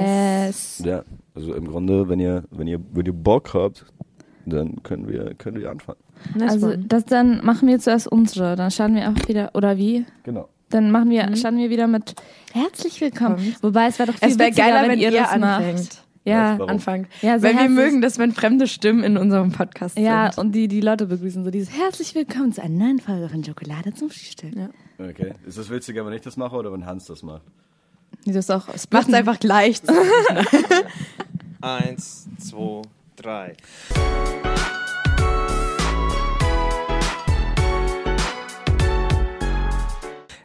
Yes. Ja, also im Grunde, wenn ihr, wenn ihr, wenn ihr Bock habt, dann können wir, können wir anfangen. Nice Also one. das dann machen wir zuerst unsere, dann starten wir auch wieder oder wie? Genau. Dann machen wir, starten wir wieder mit Herzlich willkommen. Kommt. Wobei es wäre doch viel Mhm. es wäre witziger, geiler, wenn, ihr das macht. anfängt. Ja, Warum? Anfangt. Ja, sehr wenn wir herzlich- mögen das, wenn fremde Stimmen in unserem Podcast ja, sind. und die die Leute begrüßen so dieses Herzlich willkommen zu einer neuen Folge von Schokolade zum Frühstück. Ja. Okay. Ist das witziger, wenn ich das mache oder wenn Hans das macht? Die das auch Macht's einfach gleich. Eins, zwei, drei.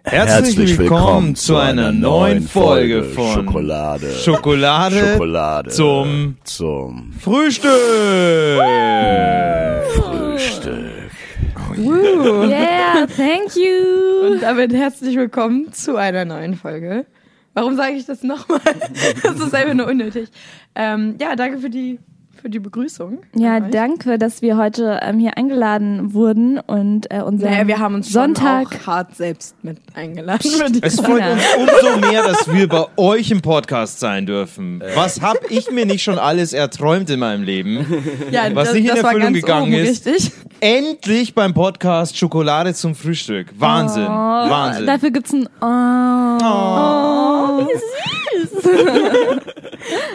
Herzlich, willkommen zu einer neuen Folge von Schokolade. Schokolade, Schokolade zum zum Frühstück. Frühstück. Yeah, thank you. Und damit herzlich willkommen zu einer neuen Folge. Warum sage ich das nochmal? Das ist einfach nur unnötig. Ähm, ja, danke für die, für die Begrüßung. Ja, An euch. danke, dass wir heute ähm, hier eingeladen wurden und äh, unseren Naja, wir haben uns Sonntag schon auch hart selbst mit eingeladen. würde ich Es sagen. freut uns umso mehr, dass wir bei euch im Podcast sein dürfen. Was hab ich mir nicht schon alles erträumt in meinem Leben? ja, was nicht in das war Erfüllung ganz gegangen oben, ist. Richtig. Endlich beim Podcast Schokolade zum Frühstück. Wahnsinn, Wahnsinn. Dafür gibt's ein Oh.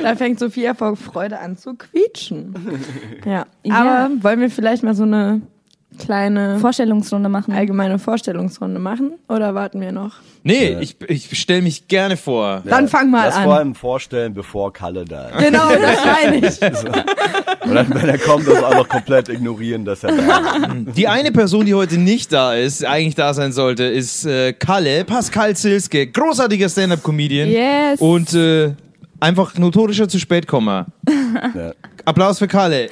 Da fängt Sophia vor Freude an zu quietschen. Ja. Ja. Aber wollen wir vielleicht mal so eine kleine Oh. Vorstellungsrunde machen. allgemeine Vorstellungsrunde machen? Oder warten wir noch? Nee, ich, ich stelle mich gerne vor. Dann fang mal das an. vor allem vorstellen, bevor Kalle da ist. Genau, das meine ich. Und dann, wenn er kommt, das auch noch komplett ignorieren, dass er da ist. Die eine Person, die heute nicht da ist, eigentlich da sein sollte, ist äh, Kalle, Pascal Zilske, großartiger Stand-Up-Comedian. Yes. Und äh, einfach notorischer zu spät kommen. Ja. Applaus für Kalle.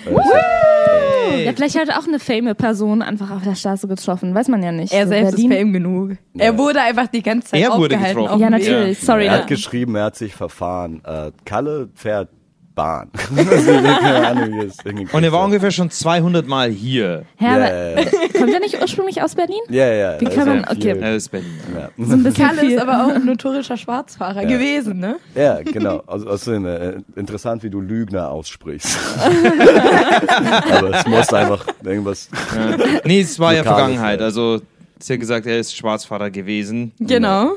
ja, vielleicht hat auch eine fame Person einfach auf der Straße getroffen, weiß man ja nicht. Er So selbst Berlin. ist fame genug. Er wurde einfach die ganze Zeit Er wurde aufgehalten. getroffen. auf Ja, dem Weg. natürlich. Sorry. Oh, Er Ja. hat geschrieben, er hat sich verfahren. Äh, Kalle fährt Bahn. Also, ich hab keine Ahnung, wie das hingekriegt Und er war hat. ungefähr schon 200 Mal hier. Herr, Ja, aber- ja, ja. kommt er nicht ursprünglich aus Berlin? Ja, ja, ja. Wie das kann ist man- ja okay. Er ist Berliner. viel. Ja. Kalle ist aber auch ein notorischer Schwarzfahrer gewesen, ne? Ja, genau. Also, außerdem, äh, interessant, wie du Lügner aussprichst. Aber es muss einfach irgendwas. Äh, Nee, es war ja Lokales, Vergangenheit. ja. Also, ist ja gesagt, er ist Schwarzfahrer gewesen. Genau.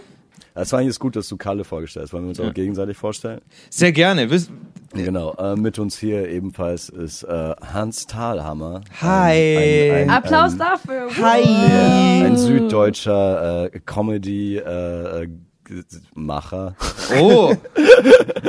Das war eigentlich gut, dass du Kalle vorgestellt hast. Wollen wir uns auch gegenseitig vorstellen? Sehr gerne. Wisst- Genau. Äh, mit uns hier ebenfalls ist äh, Hans Thalhammer. Hi. Applaus ein, dafür. Ja, Ähm, Hi. ein süddeutscher äh, Comedy-Macher äh, G- Macher Oh, Und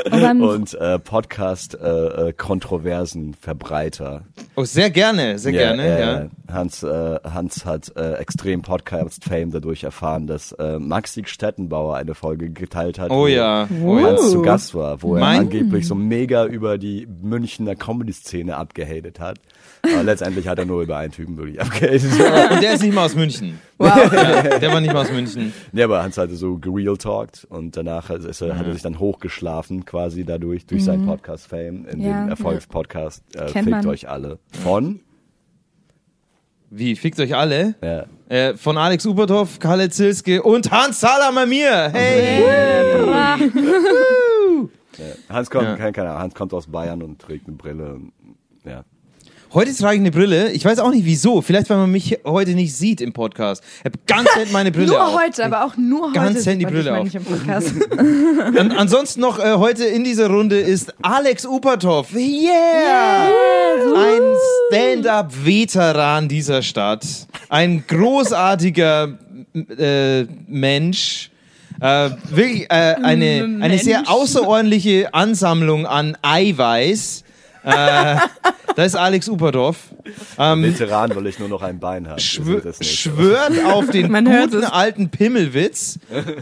beim- und äh, Podcast-Kontroversen-Verbreiter. oh sehr gerne, sehr gerne. ja. Hans, äh, Hans hat äh, extrem Podcast-Fame dadurch erfahren, dass äh, Maxi Stettenbauer eine Folge geteilt hat. Oh wo ja. Oh ja. Hans zu Gast war, wo er Mein- angeblich so mega über die Münchner Comedy-Szene abgehatet hat. Aber letztendlich hat er nur über einen Typen wirklich abgehatet. Und der ist nicht mal aus München. Wow. Ja, der war nicht mal aus München. Ja, aber Hans hatte so gereal talked und danach ist er, hat er sich dann hochgeschlafen quasi dadurch, durch seinen Podcast-Fame in Mhm. Ja. den Erfolgspodcast äh, Kennt Fickt man. euch alle. Von? Wie, fickt euch alle? Ja. Äh, von Alex Upertov, Kalle Zilske und Hans Salamer mir. Hey. Hans kommt, Ja. keine, keine Ahnung, Hans kommt aus Bayern und trägt eine Brille. Und, ja. Heute trage ich eine Brille. Ich weiß auch nicht wieso. Vielleicht, weil man mich heute nicht sieht im Podcast. Ich habe ganz selten meine Brille auf. Nur heute, aber auch nur heute. Ganz sieht Handy man Brille dich mal auf. Nicht im Podcast. An ansonsten noch äh, heute in dieser Runde ist Alex Upertov. Yeah! Ein Stand-up-Veteran dieser Stadt. Ein großartiger m- äh, Mensch. Äh, wirklich äh, eine, eine sehr außerordentliche Ansammlung an Eiweiß. Äh, da ist Alex Upertov. Veteran, weil ich nur noch ein Bein habe. Ähm, Schwö Das ist nicht. schwört auf den Man hört guten es. alten Pimmelwitz.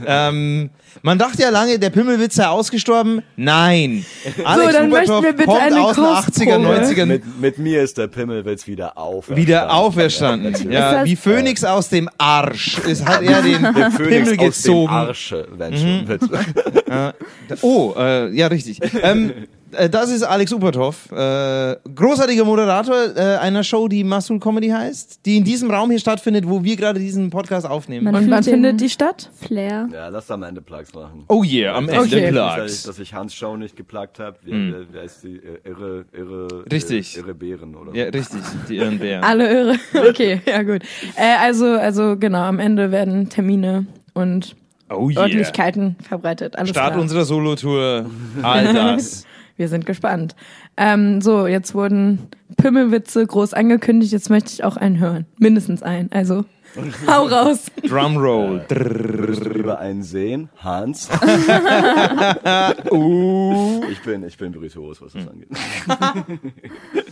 ähm, man dachte ja lange, der Pimmelwitz sei ausgestorben. Nein. Alex dann möchten Huberthoff wir bitte kommt eine aus den Kostprobe. 80er, 90ern mit, mit mir ist der Pimmelwitz wieder auf. wieder auferstanden. Ist Ja, das- wie Phönix aus dem Arsch. Es hat er den Der Phönix Pimmel aus dem gezogen. Mhm. Arsche, wenn schon. Witz. Oh, äh, ja, richtig. Ähm, äh, das ist Alex Upertov, äh, großartiger Moderator äh, einer Show, die Masul Comedy heißt, die in diesem Raum hier stattfindet, wo wir gerade diesen Podcast aufnehmen. Man Und fühlt wann den findet die statt? Flair. Ja, lass am Ende plug. Beitrags machen. Oh yeah, am Ende Okay. Dass ich, Plugs. Mhm. dass ich Hans Schau nicht geplagt habe. Wie, wie heißt die? Äh, Irre, irre. Richtig. Äh, irre Bären oder Ja, richtig, die Irrenbären. Alle irre. Okay, ja gut. Äh, also, also genau, am Ende werden Termine und Oh yeah. Örtlichkeiten verbreitet. Alles Start klar. unserer Solotour, all das. Wir sind gespannt. Ähm, so, jetzt wurden Pimmelwitze groß angekündigt. Jetzt möchte ich auch einen hören. Mindestens einen. Also, hau raus. Drumroll. so. Würdest du lieber einen sehen? Hans? Uh. Ich bin, ich bin Britorus, was das Hm. angeht.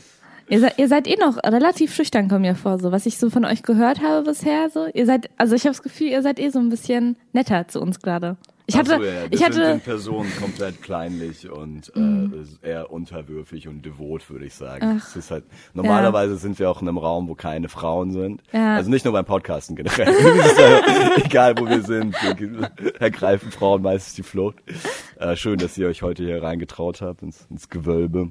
Ihr, seid, ihr seid eh noch relativ schüchtern, kommt mir vor, so was ich so von euch gehört habe bisher. So, ihr seid, also ich habe das Gefühl, ihr seid eh so ein bisschen netter zu uns gerade. Ich hatte, Ach so, ja, ich das sind, hatte, Mhm. sind Personen komplett kleinlich und äh, eher unterwürfig und devot, würde ich sagen. Es ist halt, normalerweise sind wir auch in einem Raum, wo keine Frauen sind. Ja. Also nicht nur beim Podcasten generell. Es ist, äh, egal, wo wir sind, wir ergreifen Frauen meistens die Flucht. Äh, schön, dass ihr euch heute hier reingetraut habt ins, ins Gewölbe.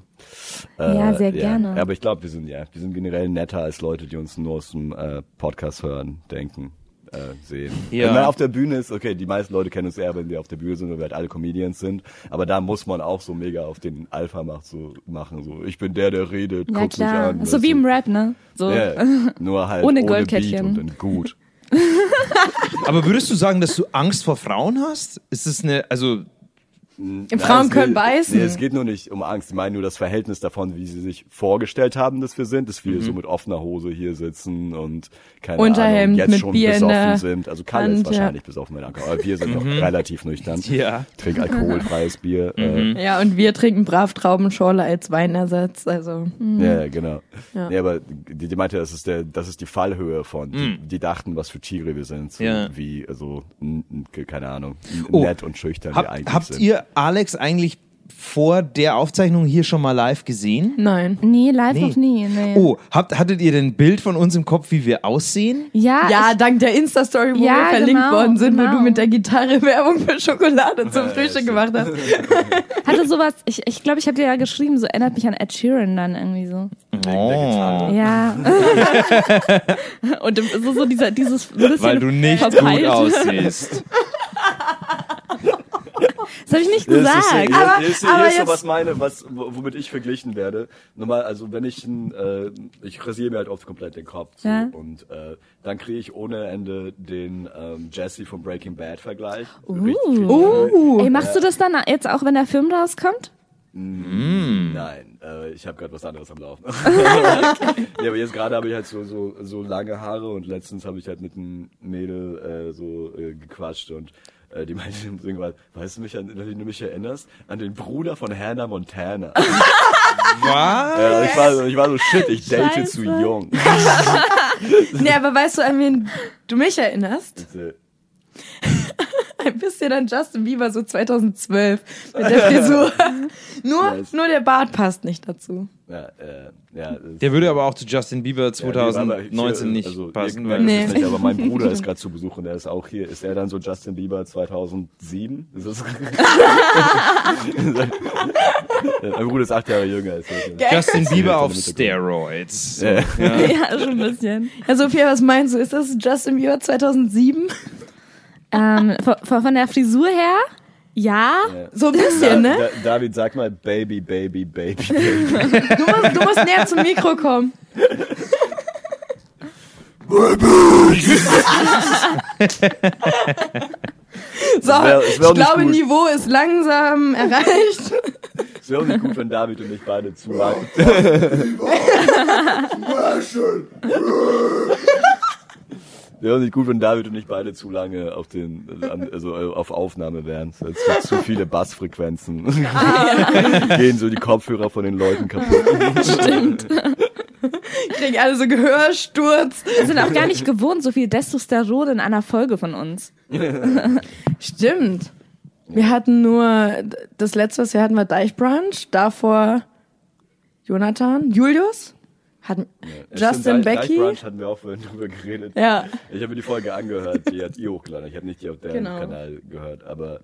Äh, Ja, sehr gerne. Ja, aber ich glaube, wir sind ja, wir sind generell netter als Leute, die uns nur aus dem äh, Podcast hören, denken, äh, sehen. Ja. Wenn man auf der Bühne ist, okay, die meisten Leute kennen uns eher, wenn wir auf der Bühne sind, weil wir halt alle Comedians sind. Aber da muss man auch so mega auf den Alpha macht, so machen. So, ich bin der, der redet, ja guck klar, mich an. so weißt wie du. im Rap, ne? So, Ja, nur halt Ohne ohne, Beat Goldkettchen. und dann gut. Aber würdest du sagen, dass du Angst vor Frauen hast? Ist es eine, also Nein, Frauen es- können nee, beißen. Nee, es geht nur nicht um Angst. Ich meine nur das Verhältnis davon, wie sie sich vorgestellt haben, dass wir sind, dass wir so Mhm. mit offener Hose hier sitzen und keine Unterhemd Ahnung, jetzt mit schon Bier in besoffen der sind. Also Kalle Hand, ist ja. wahrscheinlich besoffen mit Alkohol, aber wir sind noch relativ nüchtern. Mhm. Ja. Mhm. Trink alkoholfreies Bier. Äh, Ja, und wir trinken brav Traubenschorle als Weinersatz. Also, Ja, genau. Ja. aber die, die meinte, das ist der, das ist die Fallhöhe von. Die, die dachten, was für Tiere wir sind, so Mhm. Ja. wie, also, n- n- keine Ahnung, n- Oh. nett und schüchtern wir habt, eigentlich habt sind. ihr Alex eigentlich vor der Aufzeichnung hier schon mal live gesehen? nein. nee, live Nee. noch nie, nee. Uh. Oh, habt, hattet ihr denn ein Bild von uns im Kopf, wie wir aussehen? Ja, Ja, ich, dank der Insta-Story, wo Ja, wir verlinkt genau, worden sind, genau. wo du mit der Gitarre Werbung für Schokolade zum Frühstück gemacht hast. hatte sowas, ich ich, glaube, ich habe dir ja geschrieben, so erinnert mich an Ed Sheeran dann irgendwie so. Oh. Ja. Und so, so dieser, dieses bisschen Weil du nicht verpeilt. gut aussiehst. Das habe ich nicht Ja, das ist ja- gesagt. Hier, Aber- hier ist, hier aber ist so jetzt- was meine, was, wo- womit ich verglichen werde. Normal, also wenn ich ein, äh, ich rasiere mir halt oft komplett den Kopf so, Ja. und äh, dann kriege ich ohne Ende den ähm, Jesse von Breaking Bad Vergleich. Richtig viel. Ey, machst du das dann jetzt auch, wenn der Film rauskommt? Nein, äh, ich habe gerade was anderes am Laufen. Ja, aber jetzt gerade habe ich halt so, so, so lange Haare und letztens habe ich halt mit einem Mädel äh, so äh, gequatscht und äh, die meinte im Singen war, weißt du mich an, wenn du mich erinnerst, an den Bruder von Hannah Montana. Was? Ja, ich, war, so- ich war so shit, ich date zu jung. Nee, aber weißt du, an wen du mich erinnerst? äh, Ein bisschen an Justin Bieber so 2012 mit der Frisur. nur, Nice. nur der Bart passt nicht dazu. Ja, äh, ja, das- Der würde aber auch zu Justin Bieber Ja, die war aber 2019 hier, nicht also, passen. ihr Weil merkt es Nee. Nicht, aber mein Bruder ist gerade zu Besuch und der ist auch hier. Ist er dann so Justin Bieber 2007? Ist das Ja, mein Bruder ist acht Jahre jünger als ich. Justin Bieber auf Ja. Steroids. Ja. Ja, schon ein bisschen. Ja, Sophia, was meinst du? Ist das Justin Bieber 2007? Ähm, von, von von der Frisur her? Ja. So ein bisschen, ne? Da, David, sag mal Baby, Baby, Baby, Baby. Du musst, du musst näher zum Mikro kommen. so, wär- es wär auch ich glaube, nicht gut. Niveau ist langsam erreicht. Es wäre auch nicht gut, wenn David und ich beide zu lang. Wäre auch nicht gut, wenn David und ich beide zu lange auf den, also auf Aufnahme wären. Es gibt zu viele Bassfrequenzen. Ah, Gehen so die Kopfhörer von den Leuten kaputt. Kriegen alle so Gehörsturz. Wir sind auch gar nicht gewohnt, so viel Testosteron in einer Folge von uns. Stimmt. Wir hatten nur, das letzte, was wir hatten, war Deichbrunch. Davor Jonathan, Julius, hatten Justin, Stimmt, Deich- Becky. Deichbrunch hatten wir auch vorhin drüber geredet. Ja, Ich habe mir die Folge angehört, die hat ihr hochgeladen. Ich habe nicht die auf deren Genau. Kanal gehört, aber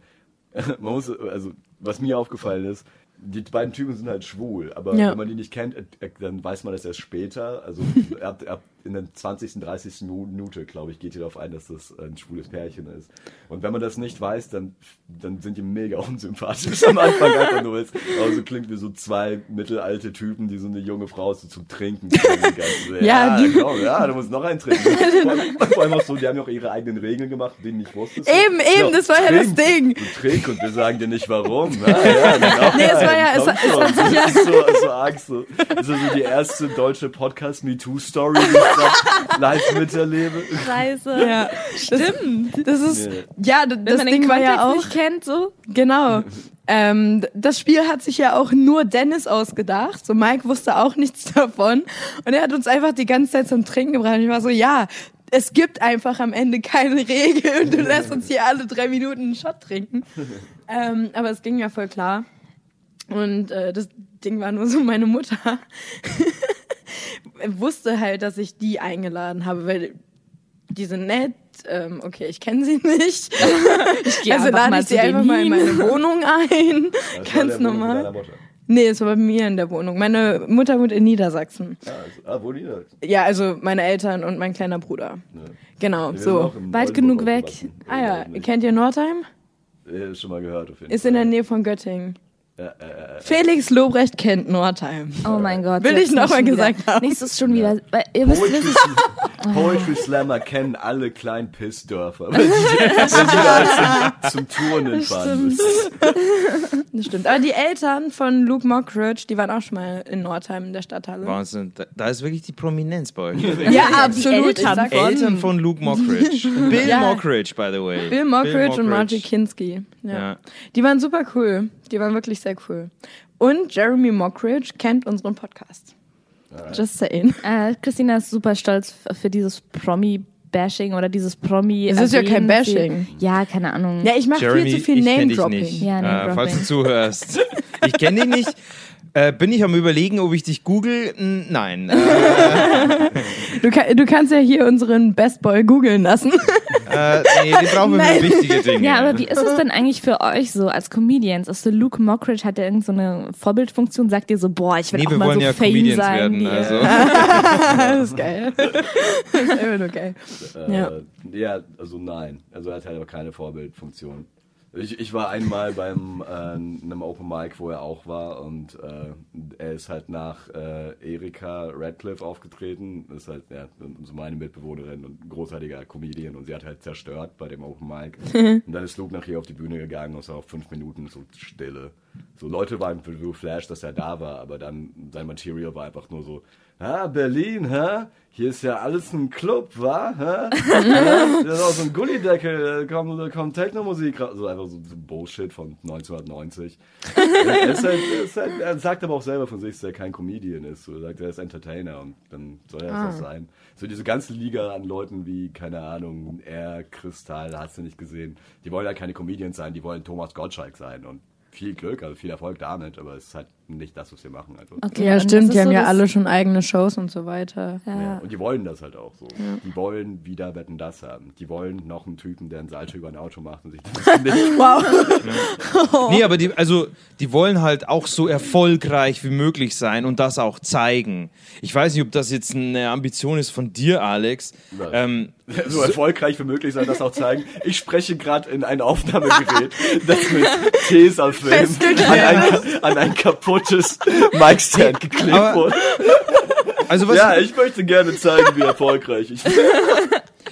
man muss, also was mir aufgefallen ist, die beiden Typen sind halt schwul, aber Ja. wenn man die nicht kennt, äh, äh, dann weiß man das erst später. Also ab, ab in der 20., 30. Minute, glaube ich, geht ihr darauf ein, dass das ein schwules Pärchen ist. Und wenn man das nicht weiß, dann, dann sind die mega unsympathisch am Anfang einfach nur. Als, aber so klingt wie so zwei mittelalte Typen, die so eine junge Frau so zum Trinken bringen. die ganze- Ja, ja, die- komm, ja, du musst noch einen trinken. vor, allem, vor allem auch so, die haben ja auch ihre eigenen Regeln gemacht, denen ich wusste. Eben, eben, das war ja das Ding. Du trink und wir sagen dir nicht warum. Ja, ja, genau. Nee, es war ja- es- Komm es schon. hat sich ja- Das ist so, so Angst. So. Das ist so die erste deutsche Podcast-MeToo-Story, die ich grad live miterlebe. Scheiße. Ja, stimmt. Das ist, Nee. ja, d- Wenn das man den Ding war Kontext ja auch, nicht kennt, so. genau. Ähm, d- das Spiel hat sich ja auch nur Dennis ausgedacht. So Mike wusste auch nichts davon. Und er hat uns einfach die ganze Zeit zum Trinken gebracht. Und ich war so, ja, es gibt einfach am Ende keine Regel und du lässt uns hier alle drei Minuten einen Shot trinken. Ähm, aber es ging ja voll klar. Und äh, das Ding war nur so, meine Mutter wusste halt, dass ich die eingeladen habe, weil die sind nett. Ähm, okay, ich kenne sie nicht. geh also einfach lade mal ich zu sie einfach denen mal in hin. meine Wohnung ein. Das Ganz war der Wohnung von normal. deiner Mutter. Nee, es war bei mir in der Wohnung. Meine Mutter wohnt in Niedersachsen. Ja, also, ah, wo die das? Ja, also meine Eltern und mein kleiner Bruder. Ne. Genau, Wir sind so. auch in Bald Oldenburg genug weg. aufgewachsen. Ah ja, Nicht. kennt ihr Nordheim? Äh, Schon mal gehört auf jeden Ist Fall. in der Nähe von Göttingen. Ja, äh, äh, Felix Lobrecht kennt Nordheim. Oh mein Gott. Will jetzt ich noch nicht mal schon gesagt wieder. haben. Nächstes ist schon wieder. Weil ihr müsst Poetry, wissen, Poetry Slammer kennen alle kleinen Pissdörfer, wenn sie, wenn sie da zum, zum Turnen fahren müssen. Das stimmt. Aber die Eltern von Luke Mockridge, die waren auch schon mal in Nordheim in der Stadthalle. Wahnsinn, da, da ist wirklich die Prominenz bei euch. Ja, absolut. Eltern ich sag- Eltern von Luke Mockridge. Bill Ja. Mockridge, by the way. Bill Mockridge und Margie Mockridge. Kinski. Ja. Ja. Die waren super cool. Die waren wirklich sehr cool. Und Jeremy Mockridge kennt unseren Podcast. Just saying. äh, Christina ist super stolz f- für dieses Promi-Bashing oder dieses Promi. Es ist ja Erwähnen. kein Bashing. Ja, keine Ahnung. Ja, ich mache viel Jeremy, zu viel ich kenn dich Name-Dropping. nicht. Ja, äh, Name-Dropping. falls du zuhörst. Ich kenne dich nicht. Äh, bin ich am überlegen, ob ich dich google? N- Nein. Äh, Du, kann, du kannst ja hier unseren Best Boy googeln lassen. äh, nee, den brauchen wir Nein. für wichtige Dinge. Ja, aber wie ist es denn eigentlich für euch so als Comedians? Also Luke Mockridge hat ja irgendeine so eine Vorbildfunktion, sagt ihr so, boah, ich will nee, auch wir mal wollen so ja Fame Comedians sein. werden. wie ihr. Also. das ist geil. Das ist einfach nur geil. Äh, Ja. ja. also nein. Also er hat halt aber keine Vorbildfunktion. Ich, ich war einmal beim äh, einem Open Mic, wo er auch war und äh, er ist halt nach äh, Erika Radcliffe aufgetreten. Ist halt ja, so meine Mitbewohnerin und ein großartiger Comedian und sie hat halt zerstört bei dem Open Mic. und dann ist Luke nach ihr auf die Bühne gegangen und es war auch fünf Minuten so Stille. So Leute waren so flash, dass er da war, aber dann sein Material war einfach nur so, ah, Berlin, hä? Hier ist ja alles ein Club, wa? Hä? Hä? das ist auch so ein Gullideckel, äh, da kommt, da kommt Technomusik raus. So einfach so, so Bullshit von 1990. er, ist halt, er, ist halt, er sagt aber auch selber von sich, dass er kein Comedian ist. So, er sagt, er ist Entertainer und dann soll er es auch sein. So diese ganze Liga an Leuten wie, keine Ahnung, er, Kristall, hast du nicht gesehen. Die wollen halt keine Comedians sein, die wollen Thomas Gottschalk sein und viel Glück, also viel Erfolg damit, aber es ist halt nicht das, was wir machen. Also. Okay, Ja, und das stimmt. ist Die so haben ja das- alle schon eigene Shows und so weiter. Ja. Und die wollen das halt auch so. Die wollen wieder Wetten das haben. Die wollen noch einen Typen, der einen Salto über ein Auto macht und sich das nicht. Oh. Nee, aber die, also, die wollen halt auch so erfolgreich wie möglich sein und das auch zeigen. Ich weiß nicht, ob das jetzt eine Ambition ist von dir, Alex. Nein. Ähm, so erfolgreich wie möglich sein, das auch zeigen. Ich spreche gerade in ein Aufnahmegerät, das mit Tesafilm an ein, an ein kaputtes Mic-Stand geklebt Aber- wurde. also was, Ja, ich möchte gerne zeigen, wie erfolgreich ich bin.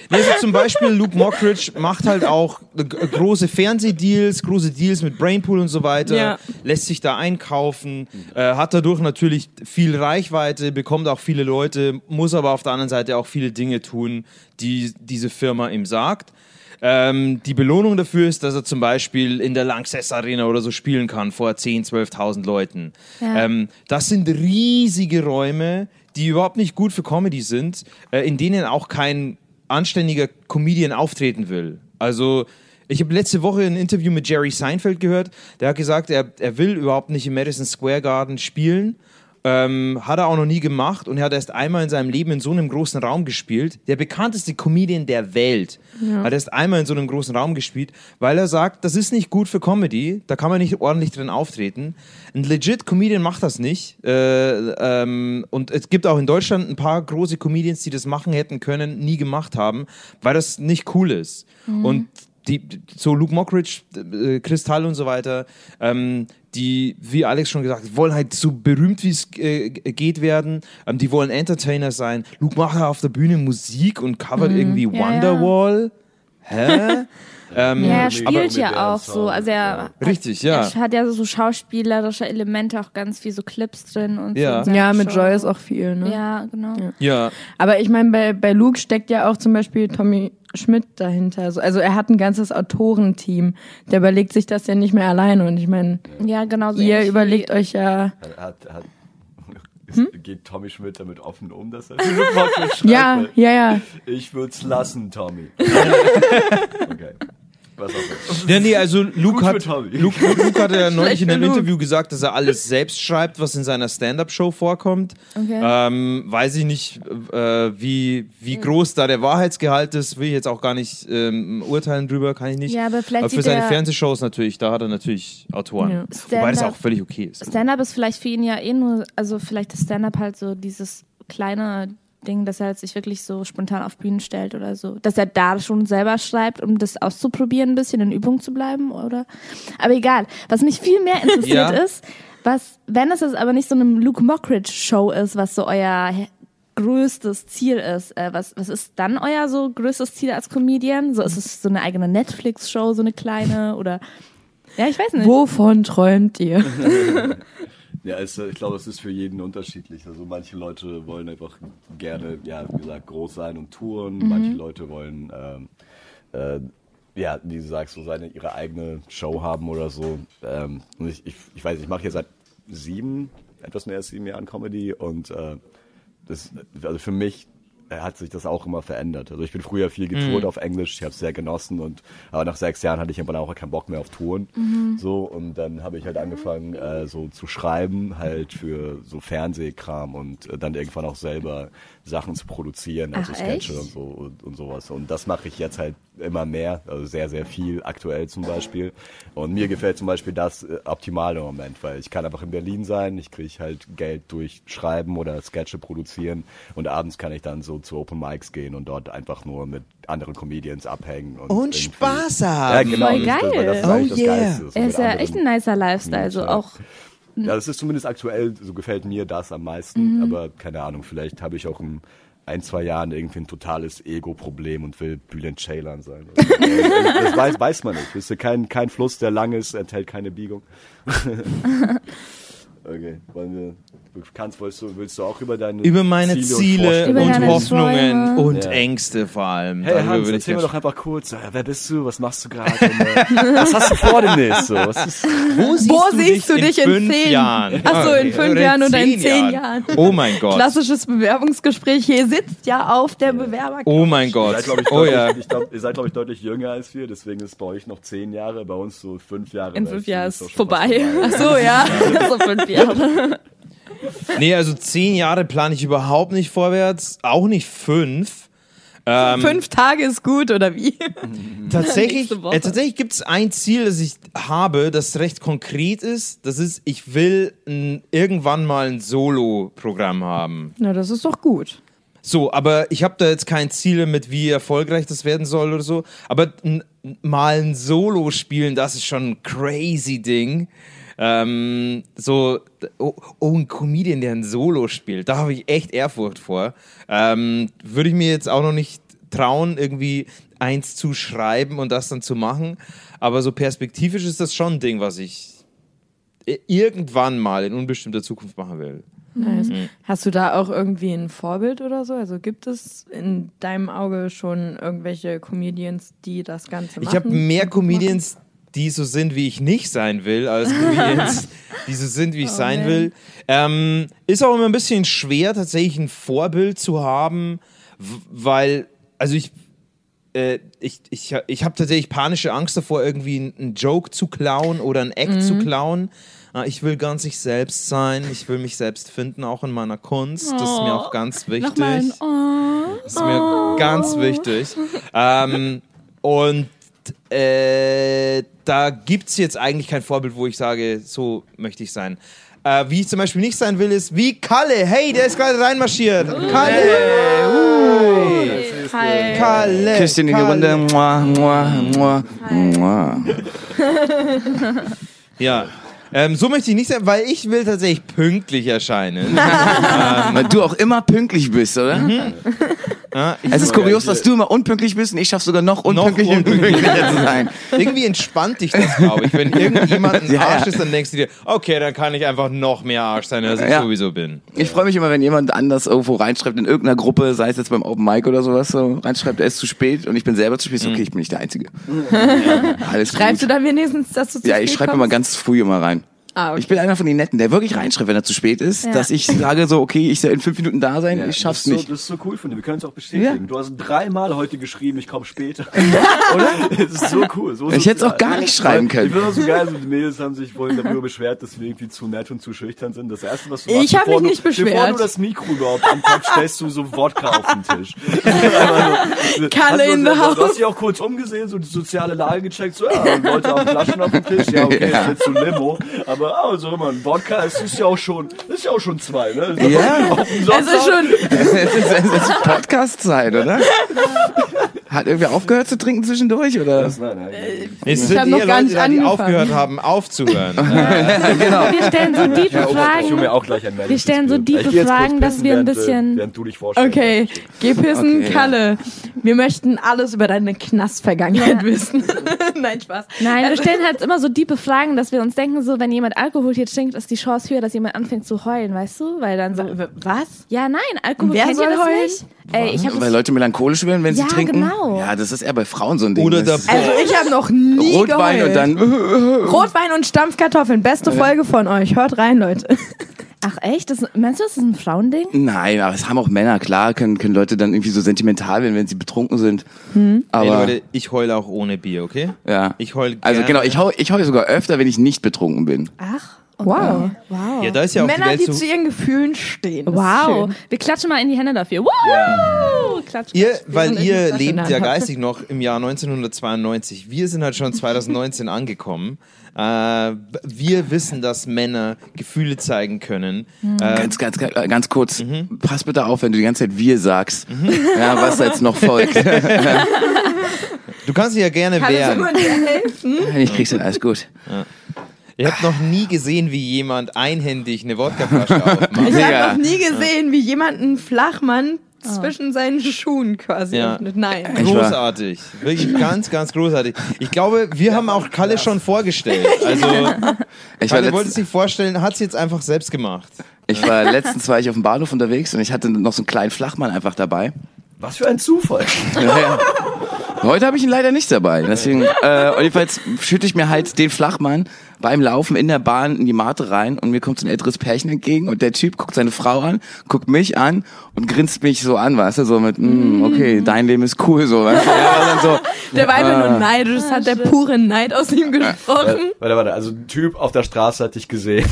Nee, also zum Beispiel Luke Mockridge macht halt auch g- große Fernsehdeals, große Deals mit Brainpool und so weiter, Ja. lässt sich da einkaufen, äh, hat dadurch natürlich viel Reichweite, bekommt auch viele Leute, muss aber auf der anderen Seite auch viele Dinge tun, die diese Firma ihm sagt. Ähm, die Belohnung dafür ist, dass er zum Beispiel in der Lanxess Arena oder so spielen kann vor 10.000, 12.000 Leuten. Ja. Ähm, das sind riesige Räume, die überhaupt nicht gut für Comedy sind, äh, in denen auch kein anständiger Comedian auftreten will. Also ich habe letzte Woche ein Interview mit Jerry Seinfeld gehört, der hat gesagt, er, er will überhaupt nicht im Madison Square Garden spielen, Ähm, hat er auch noch nie gemacht und er hat erst einmal in seinem Leben in so einem großen Raum gespielt. Der bekannteste Comedian der Welt hat erst einmal in so einem großen Raum gespielt, weil er sagt, das ist nicht gut für Comedy, da kann man nicht ordentlich drin auftreten. Ein legit Comedian macht das nicht. Äh, ähm, und es gibt auch in Deutschland ein paar große Comedians, die das machen hätten können, nie gemacht haben, weil das nicht cool ist. Und die, so Luke Mockridge, äh, Kristall und so weiter, ähm, die, wie Alex schon gesagt hat, wollen halt so berühmt wie es äh, geht werden. Ähm, die wollen Entertainer sein. Luke macht halt auf der Bühne Musik und covert irgendwie Mhm. ja. Wonderwall. Hä? ähm, Ja, er aber spielt mit der ja auch Sound, so. Also er, ja. Richtig, ja. er hat ja so schauspielerische Elemente, auch ganz viel so Clips drin und Ja. so. in seiner Ja, mit Show. Joy ist auch viel, ne? Ja, genau. Ja. Aber ich meine, bei, bei Luke steckt ja auch zum Beispiel Tommy Schmidt dahinter. Also, also er hat ein ganzes Autorenteam. Der überlegt sich das ja nicht mehr alleine. Und ich meine, Ja, genau. so ihr ähnlich wie- überlegt euch ja. Hat, hat, ist, Geht Tommy Schmidt damit offen um, dass er diese Podcast schreibt? Ja, ja, ja. Ich würde es lassen, Tommy. okay. Was auch immer. Ja, nee, also Luke für hat, Tommy. Luke, Luke, Luke hat ja neulich in für einem Luke. Interview gesagt, dass er alles selbst schreibt, was in seiner Stand-Up-Show vorkommt. Okay. Ähm, weiß ich nicht, äh, wie, wie groß da der Wahrheitsgehalt ist, will ich jetzt auch gar nicht ähm, urteilen drüber, kann ich nicht. Ja, aber vielleicht aber für sieht seine er- Fernsehshows natürlich, da hat er natürlich Autoren. Ja. Wobei das Stand-up- auch völlig okay ist. Stand-up ist vielleicht für ihn ja eh nur, also vielleicht ist Stand-up halt so dieses kleine Ding, dass er halt sich wirklich so spontan auf Bühnen stellt oder so. Dass er da schon selber schreibt, um das auszuprobieren, ein bisschen in Übung zu bleiben, oder? Aber egal. Was mich viel mehr interessiert Ja. ist, was, wenn es jetzt aber nicht so eine Luke Mockridge-Show ist, was so euer he- größtes Ziel ist, äh, was, was ist dann euer so größtes Ziel als Comedian? So ist es so eine eigene Netflix-Show, so eine kleine oder. Ja, ich weiß nicht. Wovon träumt ihr? Ja, es, äh, ich glaube, es ist für jeden unterschiedlich. Also manche Leute wollen einfach gerne, ja, wie gesagt, groß sein und touren. Manche Leute wollen, ähm, äh, ja, wie du sagst, so seine, ihre eigene Show haben oder so. Ähm, und ich, ich, ich weiß, ich mache hier seit sieben, etwas mehr als sieben Jahren Comedy und äh, das, also für mich äh, hat sich das auch immer verändert. Also ich bin früher viel Mhm. getourt auf Englisch, ich habe es sehr genossen und aber nach sechs Jahren hatte ich irgendwann auch keinen Bock mehr auf Touren. Mhm. So und dann habe ich halt angefangen äh, so zu schreiben halt für so Fernsehkram und äh, dann irgendwann auch selber Sachen zu produzieren, also Ach, Sketche echt? und so und, und sowas. Und das mache ich jetzt halt immer mehr, also sehr, sehr viel aktuell zum Beispiel. Und mir gefällt zum Beispiel das äh, optimal im Moment, weil ich kann einfach in Berlin sein, ich kriege halt Geld durch Schreiben oder Sketche produzieren und abends kann ich dann so zu Open Mics gehen und dort einfach nur mit anderen Comedians abhängen. Und, Und irgendwie- Spaß Ja, haben. genau. Voll das, das, geil. das ist eigentlich Oh das yeah. Geilste. so Er mit ist ja anderen- echt ein nicer Lifestyle, also Ja. auch. Mhm. ja, das ist zumindest aktuell, so gefällt mir das am meisten, aber keine Ahnung, vielleicht habe ich auch in ein, zwei Jahren irgendwie ein totales Ego-Problem und will Bülent Ceylan sein. Oder so. Also, das weiß, weiß man nicht. Wisst ihr, kein, kein Fluss, der lang ist, enthält keine Biegung. okay, wollen wir, Kanz, willst du, willst du auch über deine Über meine Ziele, Über und, deine Hoffnungen Träume. und Ja. Ängste vor allem. Hey Darüber Hans, will ich erzähl mir gern doch einfach kurz, äh, wer bist du, was machst du gerade, und, äh, was hast du vor demnächst? So? Was ist, Wo siehst, Wo siehst du dich in fünf zehn? Jahren? Ach so, in Okay. fünf Oder Jahren oder in zehn Jahren. Oh mein Gott. Klassisches Bewerbungsgespräch. Hier sitzt ja auf der Bewerber. Oh mein Ihr Gott. seid, glaube ich, oh deutlich, ja. ich glaub, ihr seid, glaub ich, deutlich jünger als wir, deswegen ist bei euch noch zehn Jahre, bei uns so fünf Jahre. In weil fünf viel Jahren ist doch ist schon fast vorbei. vorbei. So, ja. Also so fünf Jahre. Nee, also zehn Jahre plane ich überhaupt nicht vorwärts. Auch nicht fünf. Ähm, Fünf Tage ist gut, oder wie? Tatsächlich, Nächste Woche. äh, tatsächlich gibt es ein Ziel, das ich habe, das recht konkret ist. Das ist, ich will ein, irgendwann mal ein Solo-Programm haben. Na, das ist doch gut. So, aber ich habe da jetzt kein Ziel mit, wie erfolgreich das werden soll oder so. Aber n- mal ein Solo spielen, das ist schon ein crazy Ding. Ähm, so, oh, oh, ein Comedian, der ein Solo spielt, da habe ich echt Ehrfurcht vor. Ähm, Würde ich mir jetzt auch noch nicht trauen, irgendwie eins zu schreiben und das dann zu machen. Aber so perspektivisch ist das schon ein Ding, was ich i- irgendwann mal in unbestimmter Zukunft machen will. Nice. Hast du da auch irgendwie ein Vorbild oder so? Also gibt es in deinem Auge schon irgendwelche Comedians, die das Ganze machen? Ich habe mehr Comedians, die so sind, wie ich nicht sein will, als Comedians, die so sind, wie ich sein Oh, man. will. Ähm, ist auch immer ein bisschen schwer, tatsächlich ein Vorbild zu haben, w- weil, also ich. äh, Ich, ich, Mhm. ich habe tatsächlich panische Angst davor, irgendwie einen Joke zu klauen oder einen Act zu klauen, Ah, Ich will ganz ich selbst sein. Ich will mich selbst finden, auch in meiner Kunst. Das ist mir Oh. auch ganz wichtig. Nochmal ein Oh. Das ist mir ganz wichtig. Ähm, und äh, da gibt es jetzt eigentlich kein Vorbild, wo ich sage, so möchte ich sein. Äh, wie ich zum Beispiel nicht sein will, ist wie Kalle. Hey, der ist gerade reinmarschiert. Kalle. Uh. Hi. Kalle. Küsst ihn in die Kalle. Runde. Mua, mua, mua, mua. Ja. Ähm, so möchte ich nicht sein, weil ich will tatsächlich pünktlich erscheinen. Ah, Weil du auch immer pünktlich bist, oder? ja, ich Mhm. Es ist kurios, dass du immer unpünktlich bist und ich schaffe sogar noch unpünktlicher unpünktlicher. pünktlicher zu sein. Irgendwie entspannt dich das, glaube ich. Wenn irgendjemand ein Ja, ja. Arsch ist, dann denkst du dir, okay, dann kann ich einfach noch mehr Arsch sein, als ich Ja. sowieso bin. Ich freue mich immer, wenn jemand anders irgendwo reinschreibt in irgendeiner Gruppe, sei es jetzt beim Open Mic oder sowas, so reinschreibt, er ist zu spät und ich bin selber zu spät. So, okay, ich bin nicht der Einzige. Alles Schreibst du gut. dann wenigstens, dass du zu ja, ich spät schreibe kommst? immer ganz früh immer rein. Ah, okay. Ich bin einer von den Netten, der wirklich reinschreibt, wenn er zu spät ist, Ja. dass ich sage so, okay, ich soll in fünf Minuten da sein, ich schaff's das ist nicht. So, das ist so cool von dir. Wir können es auch bestätigen. Ja. Du hast dreimal heute geschrieben, ich komme später. Oder? Das ist so cool. So Ich hätt's sozial. auch gar nicht schreiben können. Ich finde das so geil. So, die Mädels haben sich vorhin darüber beschwert, dass wir irgendwie zu nett und zu schüchtern sind. Das erste, was du Ich machst, hab bevor mich du- nicht Bevor du beschwert. das Mikro überhaupt anpackst, stellst du so Wodka auf den Tisch. Kalle Hast du- in the Du house. hast dich auch kurz umgesehen, so die soziale Lage gecheckt, so, ja, und Leute haben Flaschen auf dem Tisch, ja, okay, Ja. ist jetzt so Limo, aber, ah, so immer ein Wodka, es ist ja auch schon, ist ja auch schon zwei, ne? Ja. Auf dem Also Sonntag- schon, es ist, es ist Podcast-Zeit, oder? Hat irgendwer aufgehört zu trinken zwischendurch, oder? Nein, Äh, nein. Es hab sind noch hier gar Leute, nicht da, die angefangen. aufgehört haben, aufzuhören. Wir stellen so tiefe Ich hol Fragen. mir auch gleich ein Wir stellen so Bild. Ich tiefe geh jetzt kurz Fragen, dass pissen, wir ein während, äh, bisschen- Während du dich vorstellst. okay, geh pissen, Okay. Kalle. Wir möchten alles über deine Knast-Vergangenheit wissen. Nein, Spaß. Nein, wir Also- stellen halt immer so tiefe Fragen, dass wir uns denken, so, wenn jemand Alkohol hier trinkt, ist die Chance höher, dass jemand anfängt zu heulen, weißt du? Weil dann so. Was? Ja, nein, Alkohol Wer kennt ihr soll das heulen? nicht? Ey, ich hab Weil das, Leute melancholisch werden, wenn Ja, sie trinken. genau. Ja, das ist eher bei Frauen so ein Ding. Oder der das Also ich habe noch nie Rotwein geheult. und dann. Rotwein und Stampfkartoffeln, beste Folge von euch. Hört rein, Leute. ach echt, das, meinst du, das ist ein Frauending? Nein, aber es haben auch Männer, klar, können, können Leute dann irgendwie so sentimental werden, wenn sie betrunken sind. Hm. Ey, Aber Leute, ich heule auch ohne Bier, okay? ja. Ich heule gerne. also genau, ich hau, ich heul sogar öfter, wenn ich nicht betrunken bin. Ach, Wow. wow. Ja, da ist ja auch die Männer, Welt die zu... zu ihren Gefühlen stehen. Das ist Wow. schön. Wir klatschen mal in die Hände dafür. Woo! Klatsch, klatsch. Ihr, weil sind ihr echt lebt ja national. geistig noch im Jahr 1992. Wir sind halt schon 2019 angekommen. Äh, wir wissen, dass Männer Gefühle zeigen können. Hm. Äh, Ganz, ganz, ganz, äh, ganz kurz. Mhm. Pass bitte auf, wenn du die ganze Zeit wir sagst. Ja, was da jetzt noch folgt. du kannst dich ja gerne Kann uns wehren. jemand helfen? ich krieg's dann alles gut. Ihr habt noch nie gesehen, wie jemand einhändig eine Wodkaflasche aufmacht. Ich Mega. habe noch nie gesehen, wie jemand einen Flachmann Ah. zwischen seinen Schuhen quasi Ja. öffnet. Nein. Ich war- Großartig. Wirklich ganz, ganz großartig. Ich glaube, wir haben auch Kalle schon vorgestellt. Also, Ich war, Kalle wollte letzt, sich vorstellen, hat es jetzt einfach selbst gemacht. ich war letztens war ich auf dem Bahnhof unterwegs und ich hatte noch so einen kleinen Flachmann einfach dabei. Was für ein Zufall. Ja, ja. Heute habe ich ihn leider nicht dabei. Deswegen, äh, und jedenfalls schütte ich mir halt den Flachmann beim Laufen in der Bahn in die Mate rein und mir kommt so ein älteres Pärchen entgegen und der Typ guckt seine Frau an, guckt mich an und grinst mich so an, weißt du, so mit, mm, okay, dein Leben ist cool, so, weißt du. Ja, und dann so, Der war einfach nur neidisch. Das hat der Ah, pure Neid aus ihm gesprochen. Warte, warte, also ein Typ auf der Straße hat dich gesehen,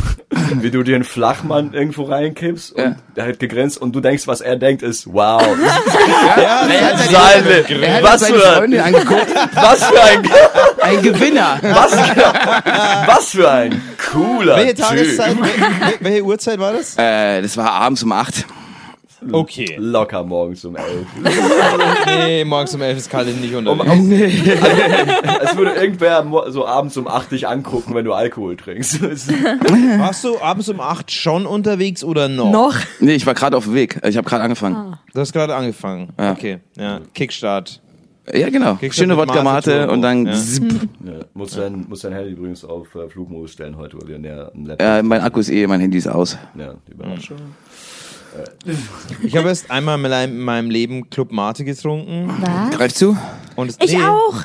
wie du dir einen Flachmann irgendwo reinkippst und Ja. der hat gegrinst und du denkst, was er denkt ist, wow, Ah, ja, er hat seine, Salve, er hat was seine für, Freundin angeguckt, was für ein, ein Gewinner. was, was für ein cooler Welche Typ. Tageszeit, wel- welche Uhrzeit war das? Äh, das war abends um acht. Okay. Locker morgens um elf. Nee, morgens um elf ist Kalle nicht unterwegs. Als würde irgendwer mo- so abends um acht dich angucken, wenn du Alkohol trinkst. Es ist- Warst du abends um 8 schon unterwegs oder noch? Noch. Nee, ich war gerade auf dem Weg. Ich habe gerade angefangen. Du hast gerade angefangen. Ja. Okay, ja. Kickstart. Ja, genau. Kriegst du Schöne mit Wodka-Mate Mate und dann Turbo. Ja. zipp. Ja, muss, dein, muss dein Handy übrigens auf äh, Flugmodus stellen heute, weil wir in der im Laptop. Äh, mein Akku ist eh, mein Handy ist aus. Ja, die Überraschung. Ich habe erst einmal in meinem- in meinem Leben Club Mate getrunken. Was? Greif zu. Und es- Ich nee, auch.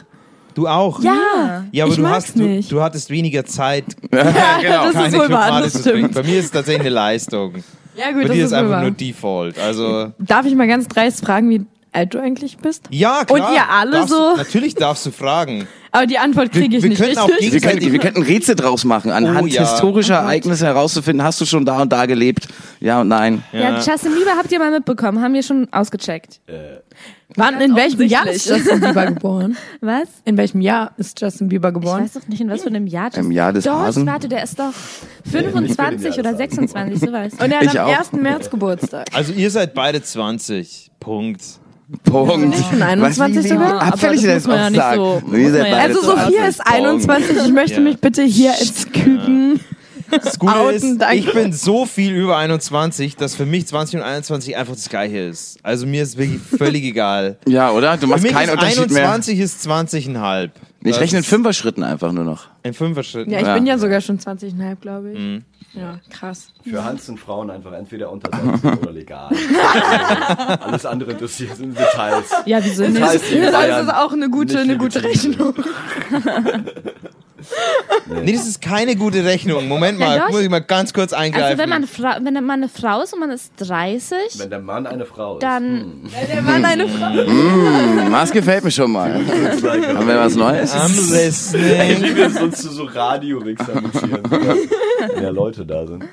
Du auch? Ja. Ja, aber Ich du, mag's hast, du, nicht. du hattest weniger Zeit, genau. das keine ist wohl wahr, Clubmate das zu trinken. stimmt. Bei mir ist es tatsächlich eine Leistung. Ja, Bei gut, das dir ist ist wohl einfach wahr. nur Default. Also Darf ich mal ganz dreist fragen, wie alt du eigentlich bist? ja, klar. Und ihr alle darfst, so? Natürlich darfst du fragen. Aber die Antwort Wir- kriege ich wir nicht könnten auch richtig. Wir könnten, Gegenseitig- wir könnten Rätsel draus machen, anhand Oh, ja. historischer Ereignisse herauszufinden, hast du schon da und da gelebt? Ja und nein. Ja, Justin Bieber habt ihr mal mitbekommen, haben wir schon ausgecheckt. Äh, Wann, in welchem Jahr ist offensichtlich. Justin Bieber geboren? Was? In welchem Jahr ist Justin Bieber Ich geboren? weiß doch nicht, in was für einem Jahr das Im Jahr des Doch, Hasen? warte, der ist doch Ich bin im 25 Jahr oder des 26, sowas. Und er Ich hat am auch. 1. März Geburtstag. Also ihr seid beide 20. Punkt. Punkt. schon 21 Was, wie- wie sogar? abfällig Aber ihr das das muss man ja auch nicht sagt. so- Ihr muss seid man ja- beide Also so Sophia alt. ist 21. Ich möchte Ja. mich bitte hier ins Küken. Das Gute Outen, ist, danke. ich bin so viel über 21, dass für mich 20 und 21 einfach das Gleiche ist. Also mir ist wirklich völlig egal. Ja, oder? Du Für machst mich keinen ist Unterschied mehr. 21 ist 20,5. Ich Das rechne in ist Fünfer-Schritten einfach nur noch. In Fünferschritten. Ja, ich Ja. bin ja sogar schon 20,5, glaube ich. Ja, krass. Für Hans sind Frauen einfach entweder unter 16 oder legal. Also, Alles andere interessiert sind Details. Ja, wieso nicht? Das heißt, in Das Bayern ist auch eine nicht gute, eine viel gute getrieben Rechnung. Nee, das ist keine gute Rechnung. Moment Na mal, doch. muss ich mal ganz kurz eingreifen. Also wenn man, Fra wenn man eine Frau ist und man ist 30, Wenn der Mann eine Frau ist. dann Der Mann, eine Frau. Hm, das gefällt mir schon mal. Haben wir was Neues? I'm Ich listening. liebe es, uns zu so radio wenn mehr Leute da sind.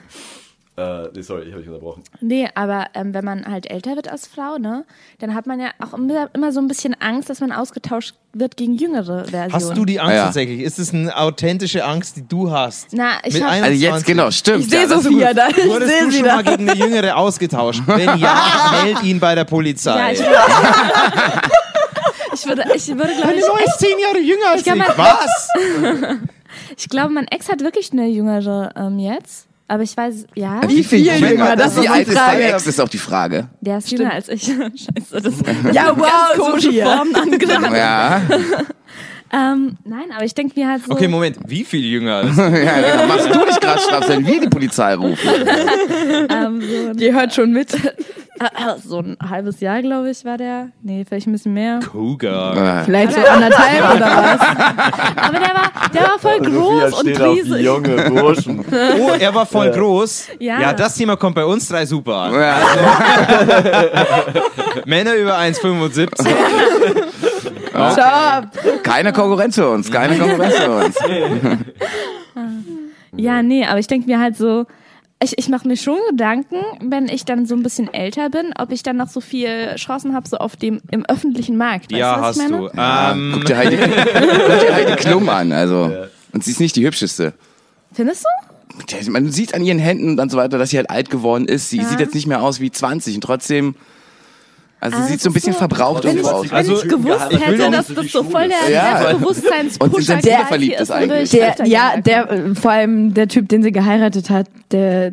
Äh, nee, sorry, ich habe dich unterbrochen. nee, aber ähm, wenn man halt älter wird als Frau, ne, dann hat man ja auch immer, immer so ein bisschen Angst, dass man ausgetauscht wird gegen jüngere Versionen. Hast du die Angst Ah, ja. tatsächlich? Ist es eine authentische Angst, die du hast? Na, ich Mit hab- einem- Also jetzt, 21. genau, stimmt. Ich sehe ja, das- Sophia da. Ich Wurdest sehe du sie schon da. mal gegen eine Jüngere ausgetauscht? Wenn ja, meld ihn bei der Polizei. ja, ich, ich würde, ich würde glaube Meine ich, Neue ist zehn Jahre jünger als ich. kann mal- Was? ich glaube, mein Ex hat wirklich eine jüngere ähm, jetzt. Aber ich weiß, ja, Wie viel Jünger? Das Wie ist alt die ist Frage. dein Ex, ist auch die Frage. der ist jünger als ich. Scheiße, das ist eine Ja, wow, komische Sophia. Form angerannt. Ja, Ähm, nein, aber ich denke mir halt so, Okay, Moment. Wie viel jünger? als- ja genau. machst du dich gerade strafst, wenn wir die Polizei rufen. ähm, so ein- äh, Die hört schon mit. so ein halbes Jahr, glaube ich, war der. Nee, vielleicht ein bisschen mehr. Cougar. Äh, Vielleicht so anderthalb oder was? Aber der war, der war voll groß und Also steht auf riesig. junge Burschen. Oh, er war voll groß. Ja. ja, das Thema kommt bei uns drei super an. Ja, also, Männer über 1,75. Ciao. keine Konkurrenz für uns, keine Konkurrenz für uns. Ja, nee, aber ich denke mir halt so, ich, ich mache mir schon Gedanken, wenn ich dann so ein bisschen älter bin, ob ich dann noch so viel Chancen habe, so auf dem, im öffentlichen Markt. Weißt Ja, du, was hast ich meine? du. Ähm, Guck dir Heidi, guck dir Heidi Klum an, also. Und sie ist nicht die hübscheste. Findest du? Der- Man sieht an ihren Händen und so weiter, dass sie halt alt geworden ist. Sie Ja. sieht jetzt nicht mehr aus wie 20 und trotzdem, also sie Ah, sieht das so ein ist bisschen so. verbraucht Wenn ich, irgendwo aus. wenn Also, ich gewusst ich will hätte, doch nicht dass so das viel so voll der Schule. Ja. Und in Selbstbewusstseinspusher Sensation verliebt ist eigentlich. Der, ja, der, äh, vor allem der Typ, den sie geheiratet hat, der,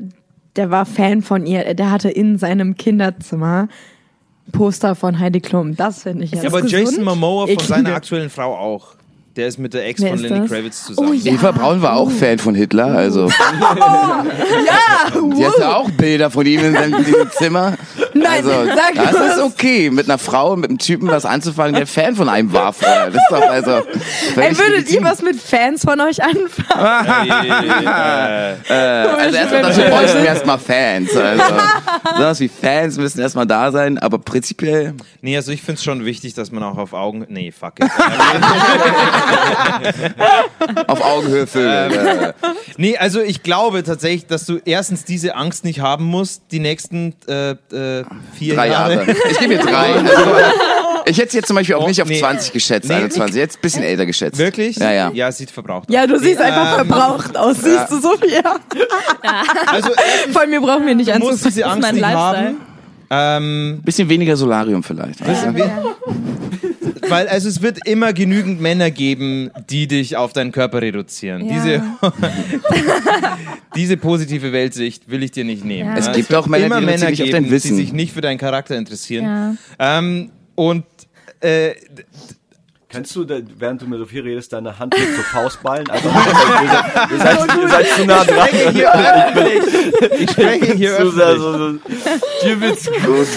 der war Fan von ihr. Der hatte in seinem Kinderzimmer Poster von Heidi Klum. Das finde ich ja, jetzt. aber Jason Momoa von Eklig. seiner aktuellen Frau auch. Der ist mit der Ex Wer von ist Lenny das? Oh Kravitz zusammen. Eva Braun war uh. auch Fan von Hitler, also. ja! uh. Die hatte auch Bilder von ihm in seinem in diesem Zimmer. Nein, Also, sag das das. ist okay, mit einer Frau, mit einem Typen was anzufangen, der Fan von einem war vorher. Das ist doch also. Ey, würdet völlig ihr legitim. was mit Fans von euch anfangen? Also erstmal dazu bräuchten wir erstmal Fans. Also, sowas wie Fans müssen erstmal da sein, aber prinzipiell. Nee, also ich finde es schon wichtig, dass man auch auf Augen. Nee, fuck it. Auf Augenhöhe Vögel. äh, Nee, also ich glaube tatsächlich, dass du erstens diese Angst nicht haben musst, die nächsten äh, äh, vier drei Jahre. Jahre. Ich gebe ihr drei. Also, ich hätte sie jetzt zum Beispiel auch nicht auf Oh, nee. 20 geschätzt, Nee. 21. Jetzt ein bisschen älter geschätzt. Wirklich? Ja, ja. Ja, sieht verbraucht aus. äh, Ja, du siehst einfach verbraucht aus, siehst du, Sophia. Also äh, Von mir brauchen wir nicht du musst anzufangen. diese ist Angst mein nicht Lifestyle. haben. Ähm, Bisschen weniger Solarium vielleicht. ne? weil also es wird immer genügend Männer geben, die dich auf deinen Körper reduzieren. Ja. Diese, diese positive Weltsicht will ich dir nicht nehmen. Ja. Ja, Es es gibt wird auch Männer, die reduzieren dich auf dein Wissen. die sich nicht für deinen Charakter interessieren. Ja. Ähm, und äh, Kannst du, da- während du mit Sophie redest, deine Hand mit zur Faust ballen? Also, ihr, seid, ihr seid zu nah dran. spreche hier öffentlich. Ich spreche hier Zu sehr öffentlich. so, so, dir wird's gut.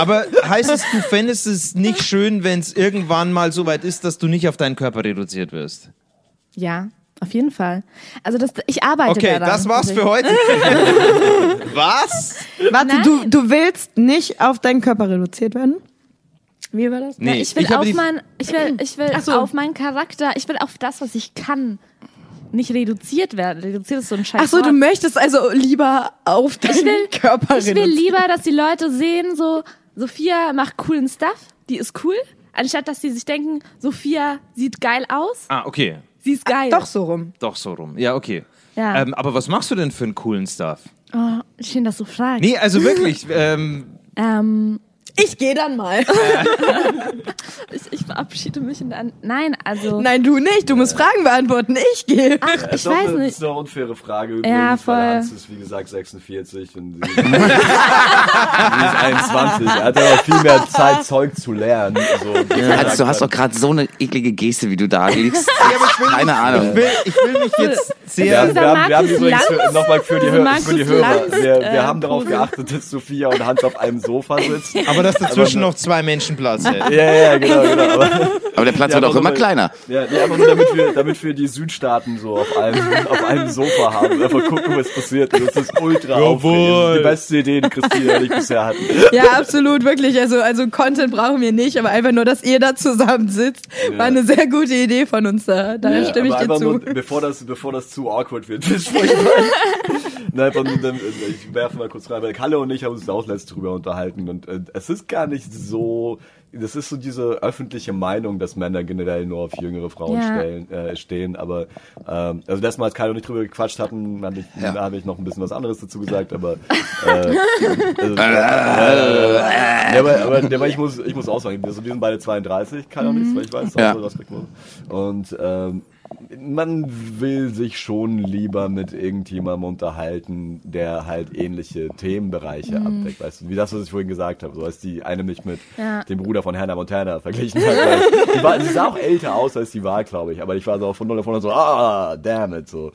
Aber heißt es, du fändest es nicht schön, wenn es irgendwann mal so weit ist, dass du nicht auf deinen Körper reduziert wirst? Ja, auf jeden Fall. Also das, ich arbeite Okay, daran. Also das war's für heute. Was? Warte, du, du willst nicht auf deinen Körper reduziert werden? Mir war das? Na, Nee, ich will, ich habe auf, die- mein, ich will, ich will Ach so. auf meinen Charakter, ich will auf das, was ich kann, nicht reduziert werden. Reduziert ist so ein Scheiß. Ach so, du Wort. möchtest also lieber auf deinen will- Körper Ich will lieber, dass die Leute sehen, so, Sophia macht coolen Stuff, die ist cool, anstatt dass sie sich denken, Sophia sieht geil aus, Ah, okay. sie ist geil. Doch so rum. Doch so rum. Ja, okay. Ja. Ähm, aber was machst du denn für einen coolen Stuff? Oh, schön, dass du fragst. Nee, also wirklich. ähm, Ähm, Ich gehe dann mal. ich, ich verabschiede mich und dann. Nein, also. Nein, du nicht. Du musst Fragen beantworten. Ich gehe. Ach, ich ist doch weiß eine, nicht. ist doch eine unfaire Frage übrigens, Ja, voll. weil Hans ist wie gesagt 46 und sie sie ist 21. Er hat aber viel mehr Zeit, Zeug zu lernen. So, Hans, du hast doch gerade so eine eklige Geste, wie du da liegst. Keine Ahnung. ich, will, ich will mich jetzt Wir sehr. haben, wir haben, wir haben Markus übrigens Lanz? nochmal für die, Dieser Hör Markus für die Hörer, Lanz, wir, äh, wir haben darauf Pudel. geachtet, dass Sophia und Hans auf einem Sofa sitzen. Aber dass dazwischen noch zwei Menschen Platz hätten. Ja, ja, genau, genau. Aber, Aber der Platz wird Ja, auch aber immer so- kleiner. ja, nee, einfach nur damit wir, damit wir die Südstaaten so auf einem, auf einem Sofa haben. Einfach gucken, was passiert. Das ist ultra aufregend. Das ist die beste Idee, die Christina und ich bisher hatten. Ja, absolut, wirklich. Also, also Content brauchen wir nicht, aber einfach nur, dass ihr da zusammen sitzt, war eine sehr gute Idee von uns da. Da Ja, stimme ich dir aber einfach zu. Nur, bevor, das, bevor das zu awkward wird, das sprechen wir- Nein, einfach nur, dann, äh, ich werfe mal kurz rein, weil Kalle und ich haben uns auch letztens drüber unterhalten und äh, es ist gar nicht so, das ist so diese öffentliche Meinung, dass Männer generell nur auf jüngere Frauen Ja. stellen, äh, stehen, aber ähm, also letztes Mal, als Kalle und ich drüber gequatscht hatten, hatte ich, da habe ich noch ein bisschen was anderes dazu gesagt, aber äh, also, ja, aber, aber, ja, aber ich, muss, ich muss auch sagen, also wir wir sind beide 32, kann auch nichts, weil ich weiß, dass Ja. man das kriegt muss. Und ähm, man will sich schon lieber mit irgendjemandem unterhalten, der halt ähnliche Themenbereiche abdeckt. Weißt du, wie das, was ich vorhin gesagt habe, so als die eine mich mit Ja. dem Bruder von Hannah Montana verglichen hat. Weil die war, sie sah auch älter aus, als sie war, glaube ich. Aber ich war so von null davon so, ah, damn it, so.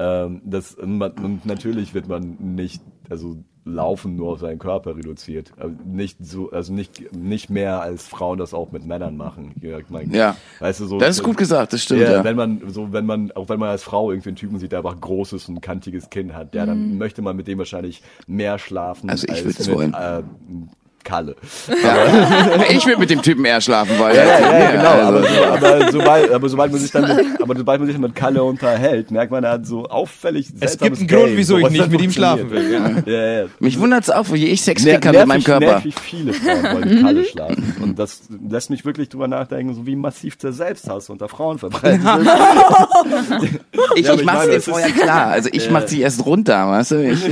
Ähm, das, und man- und natürlich wird man nicht, also Laufen nur auf seinen Körper reduziert. Aber Nicht so, also nicht, nicht mehr als Frauen das auch mit Männern machen. Ich meine, Ja. Weißt du, so, Das ist gut gesagt, das stimmt. ja, Ja, wenn man so, wenn man auch wenn man als Frau irgendwie einen Typen sieht, der einfach großes und kantiges Kinn hat, ja, dann möchte man mit dem wahrscheinlich mehr schlafen. Also ich als würd's mit, wollen. Äh, Kalle. ja. Ich will mit dem Typen eher schlafen, weil. Genau, also Aber, so, aber, sobald, aber sobald man sich dann mit, aber sobald man sich mit Kalle unterhält, merkt man, er hat so auffällig Es seltsames gibt einen Game, Grund, wieso ich sowas nicht mit ihm schlafen funktioniert. will. Ja. Ja, ja. Mich wundert's auch, wie ich Sex Ner kriegen kann mit meinem nervig- Körper. Nervig viele Frauen wollen mit Kalle schlafen. Und das lässt mich wirklich drüber nachdenken, so wie massiv der Selbsthass unter Frauen verbreitet ist. Ich, Ja, aber ich ich mach's meine, dir es ist- vorher klar. Also ich mach sie erst runter, weißt du? Ich,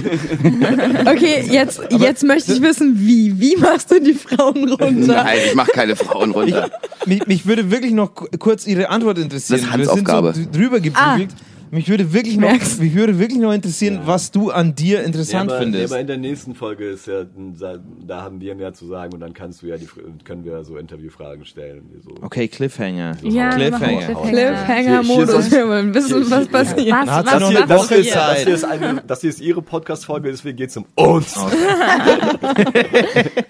Okay, jetzt, jetzt möchte ich wissen, wie. Wie machst du die Frauen runter? nein, ich mach keine Frauen runter. Mich, mich würde wirklich noch ku- kurz Ihre Antwort interessieren. Das ist Hans Wir sind Aufgabe. so dr- drüber geprügelt. Ah. Mich würde wirklich noch, merk's. mich würde wirklich noch interessieren, was du an dir interessant aber, findest. aber in der nächsten Folge ist ja, da haben wir mehr zu sagen und dann kannst du ja die, können wir so Interviewfragen stellen. die So. okay, Cliffhanger. Ja, wir machen Cliffhanger. Hier- hier Cliffhanger-Modus. soll- Wir wollen wissen, was passiert. Was, hat's was, ja noch eine was, Woche was, Zeit. Oh. das, hier ist eine, das hier ist ihre Podcast-Folge, deswegen geht's um uns.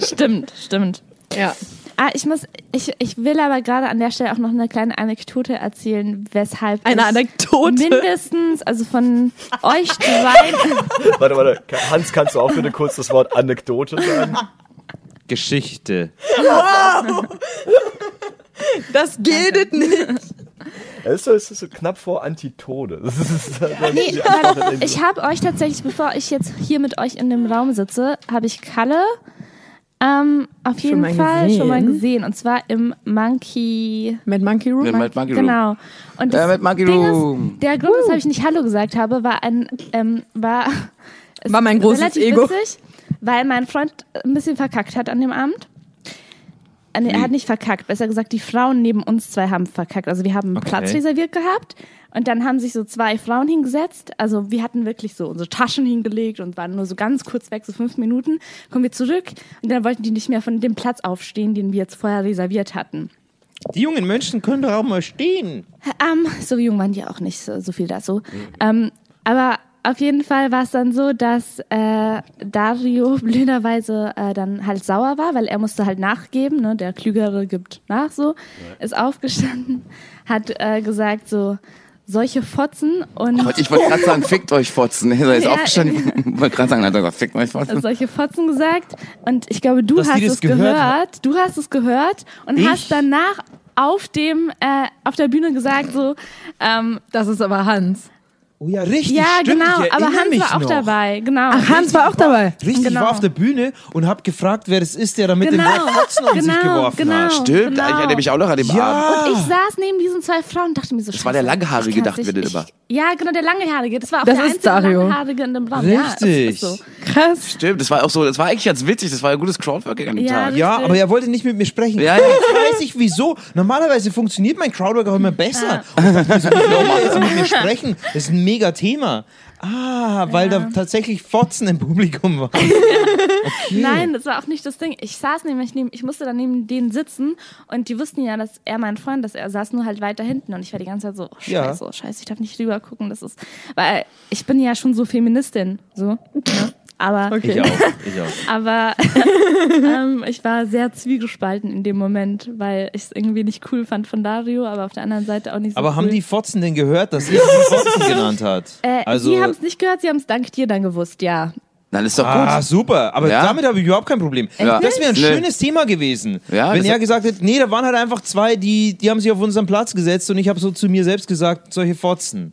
Stimmt, stimmt. Ja. Ah, ich muss, ich, ich will aber gerade an der Stelle auch noch eine kleine Anekdote erzählen, weshalb Eine ich Anekdote. mindestens, also von euch dreien, Warte, warte, Hans, kannst du auch bitte kurz das Wort Anekdote sagen? Geschichte. Das gilt nicht. Es ist so, es ist so knapp vor Antitode. Das ist, das ist, nee, weil ich habe euch tatsächlich, bevor ich jetzt hier mit euch in dem Raum sitze, habe ich Kalle ähm, auf jeden mal Fall schon mal gesehen. gesehen und zwar im Monkey Mit Monkey Room? Mit Mad Monkey Room. Genau. Und Ja, das mit Monkey Ding Room. Ist, der Grund, weshalb ich nicht Hallo gesagt habe, war ein, ähm, war, es War mein ist großes relativ Ego. Witzig, weil mein Freund ein bisschen verkackt hat an dem Abend. Äh, nee, Er hat nicht verkackt, besser gesagt, die Frauen neben uns zwei haben verkackt. Also wir haben einen Okay. Platz reserviert gehabt und dann haben sich so zwei Frauen hingesetzt. Also wir hatten wirklich so unsere Taschen hingelegt und waren nur so ganz kurz weg, so fünf Minuten. Kommen wir zurück und dann wollten die nicht mehr von dem Platz aufstehen, den wir jetzt vorher reserviert hatten. Die jungen Menschen können doch auch mal stehen. Ähm, so jung waren die auch nicht, so, so viel dazu. Mhm. Ähm, aber auf jeden Fall war es dann so, dass äh, Dario blöderweise äh, dann halt sauer war, weil er musste halt nachgeben, ne? der Klügere gibt nach so, ist aufgestanden, hat äh, gesagt so, solche Fotzen und Ich wollte gerade sagen, fickt euch Fotzen. Er ist Ja, aufgestanden. Ich wollte gerade sagen, hat er gesagt, fickt euch Fotzen. solche Fotzen gesagt. Und ich glaube, du Dass die hast das es gehört gehört. Du hast es gehört und Ich? hast danach auf dem äh, auf der Bühne gesagt so ähm, Das ist aber Hans. Oh ja, richtig. ja stimmt, genau ich aber erinnere Hans mich war auch noch. dabei genau Ach, Hans war auch dabei. Richtig, ich Genau. war auf der Bühne und habe gefragt, wer das ist, der da mit dem genau Wort Fotzen um sich genau geworfen genau hat. Stimmt, genau. ich erinnere mich auch noch an dem Abend. Ja. Ich saß neben diesen zwei Frauen und dachte mir so, war der Scheiße, Langhaarige, ich kann's dachte nicht. mir der Ich- immer. Ja, genau, der Langhaarige. Das war auch Das der ist einzige Dario. Langhaarige in dem Raum. Ja, Richtig. es ist so. Krass. Stimmt, das war auch so, das war eigentlich ganz witzig, das war ein gutes Crowdworking an dem Ja, Tag. richtig. Ja, aber er wollte nicht mit mir sprechen. Ja, ja. Jetzt weiß ich wieso. Normalerweise funktioniert mein Crowdwork auch immer besser. Und ich dachte mir so, warum will er jetzt mit mir sprechen? Das ist ein mega Thema. Ah, weil da tatsächlich Fotzen im Publikum war. Nein, das war auch nicht das Ding. Ich saß nämlich neben, ich musste dann neben denen sitzen und die wussten ja, dass er mein Freund ist. Er saß nur halt weiter hinten und ich war die ganze Zeit so, oh, scheiße, Ja. oh, scheiße, ich darf nicht rüber gucken. Das ist, weil ich bin ja schon so Feministin, so. ne? Aber, Okay. auch, ich auch. aber ähm, ich war sehr zwiegespalten in dem Moment, weil ich es irgendwie nicht cool fand von Dario, aber auf der anderen Seite auch nicht so Aber cool. haben die Fotzen denn gehört, dass ihr sie Fotzen genannt hat? Also Äh, Also sie haben es nicht gehört, sie haben es dank dir dann gewusst, ja. Dann ist doch gut. Ah, super. Aber Ja. damit habe ich überhaupt kein Problem. Ja. Das wäre ein Nee. schönes Thema gewesen. Ja, wenn das- er gesagt hätte, nee, da waren halt einfach zwei, die, die haben sich auf unseren Platz gesetzt und ich habe so zu mir selbst gesagt, solche Fotzen.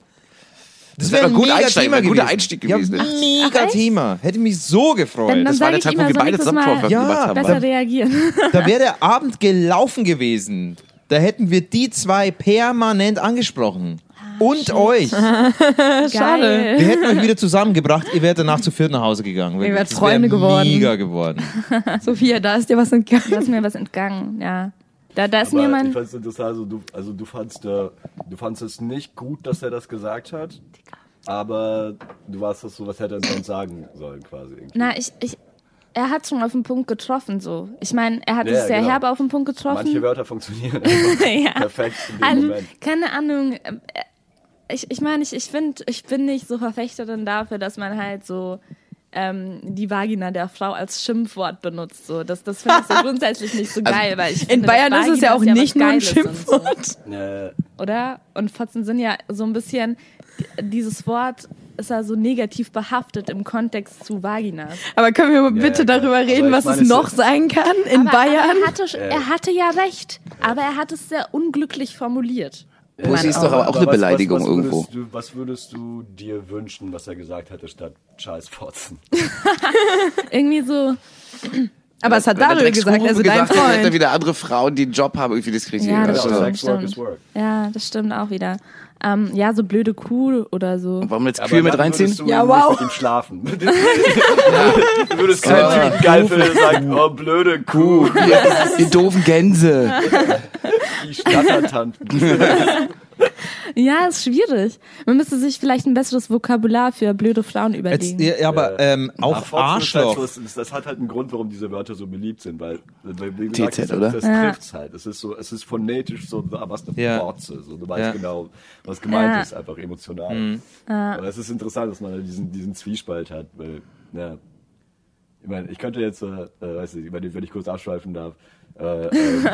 Das wäre wär ein gut mega einsteigen, Thema wär ein gewesen. guter Einstieg gewesen. Ja, mega echt? Thema. Hätte mich so gefreut. Dann- dann- das war sag der ich Tag, immer wo wir so beide nächstes zusammen Mal- Crowdworking Ja, gemacht haben. ne? Besser reagieren. da wäre der Abend gelaufen gewesen. Da hätten wir die zwei permanent angesprochen. Ah, und euch. Wir Geil. hätten euch wieder zusammengebracht. Ihr wärt danach zu viert nach Hause gegangen. Ihr wärt Das wär Freunde geworden. Mega geworden. Sophia, da ist dir was entgangen. Da ist mir was entgangen, ja. Da, da ist Aber mir ich mein. fand's interessant, also du, also du fandst, äh, du fandst es nicht gut, dass er das gesagt hat, aber du warst das so, was hätte er sonst sagen sollen quasi. Irgendwie. Na, ich, ich. Er hat schon auf den Punkt getroffen, so. Ich meine, er hat Ja, es sehr genau. herbe auf den Punkt getroffen. Manche Wörter funktionieren einfach ja. perfekt in dem Also, Moment. keine Ahnung. ähm, äh, Ich, ich meine, ich, ich finde, ich bin nicht so Verfechterin dafür, dass man halt so ähm, die Vagina der Frau als Schimpfwort benutzt. So. Das, das finde ich so grundsätzlich nicht so geil, weil ich Also In finde, Bayern dass ist es ja Vagina auch nicht was nur ein Geiles und So. Schimpfwort. Äh, oder? Und Fotzen sind ja so ein bisschen, dieses Wort ist ja so negativ behaftet im Kontext zu Vaginas. Aber können wir mal Ja, bitte ja, klar. darüber Aber reden, ich was meine, es es noch ist- sein kann in Aber- Bayern? Aber er, hatte, er hatte ja recht, aber er hat es sehr unglücklich formuliert. Pussy ist doch aber auch was- eine was- Beleidigung was würdest irgendwo. Du, was würdest du dir wünschen, was er gesagt hätte, statt Scheiß Fotzen? Irgendwie so, Aber es hat Wenn der Dario Dreckskuchen gesagt, also dein gesagt hätte, hätte Freund. wieder andere Frauen, die einen Job haben, irgendwie diskriminiert. Ja, Ja, das auch stimmt, Sex Work stimmt. is Work. ja, das stimmt auch wieder. Ähm, ja, so blöde Kuh oder so. Warum jetzt Aber Kühe mit dann reinziehen? würdest Du Ja, ja, wow. wow. Mit ihm schlafen. du würdest kein keinen Typen geil finden, der sagt, oh, blöde Kuh, Die doofen Gänse. die Schnattertanten. Ja, ist schwierig. Man müsste sich vielleicht ein besseres Vokabular für blöde Frauen Jetzt, überlegen. ja, ja, aber ähm, Ja, auch Fotzen ist halt Arschloch. so, es- das hat halt einen Grund, warum diese Wörter so beliebt sind, weil, weil wie TZ, gesagt, das, oder? das Ja. trifft's halt. Es ist so, es ist phonetisch so, ah, was eine Ja. Fotze. So, du weißt Ja. Mhm. genau, was gemeint Ja. ist, einfach emotional. Aber es ist interessant, dass man halt diesen, diesen Zwiespalt hat, weil, ja. Ich meine, ich könnte jetzt, äh, äh, weiß nicht, über den, wenn ich kurz abschweifen darf, äh, ähm,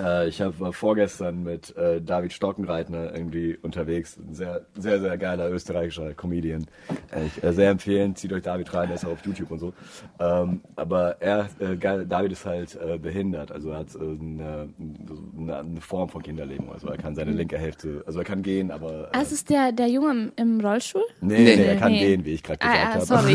äh, ich hab, war vorgestern mit äh, David Stockenreitner irgendwie unterwegs. Ein sehr, sehr, sehr geiler österreichischer Comedian. Äh, ich, äh, sehr empfehlen, zieht euch David rein, der ist auch auf YouTube und so. Ähm, aber er, äh, geil, David ist halt äh, behindert, also er hat äh, eine, eine, eine Form von Kinderlähmung. Also er kann seine linke Hälfte, also er kann gehen, aber. Äh, Mhm. Ah, es ist der, der Junge im, im Rollstuhl? nee, Nee. nee, er kann Nee. gehen, wie ich gerade gesagt Ah, ah, habe. sorry.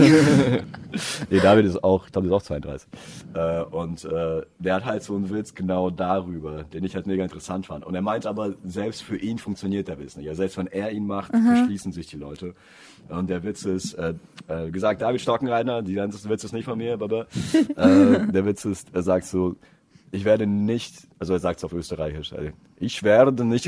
Nee, David ist auch, David ist auch 32. Äh, und äh, der hat halt so einen Witz genau darüber, den ich halt mega interessant fand. Und er meint aber, selbst für ihn funktioniert der Witz nicht. Ja, selbst wenn er ihn macht, beschließen sich die Leute. Und der Witz ist, äh, äh, gesagt, David Stockenreiner, die ganze Witz ist nicht von mir, aber äh, der Witz ist, er sagt so, ich werde nicht, also er sagt es auf Österreichisch, also, ich werde nicht,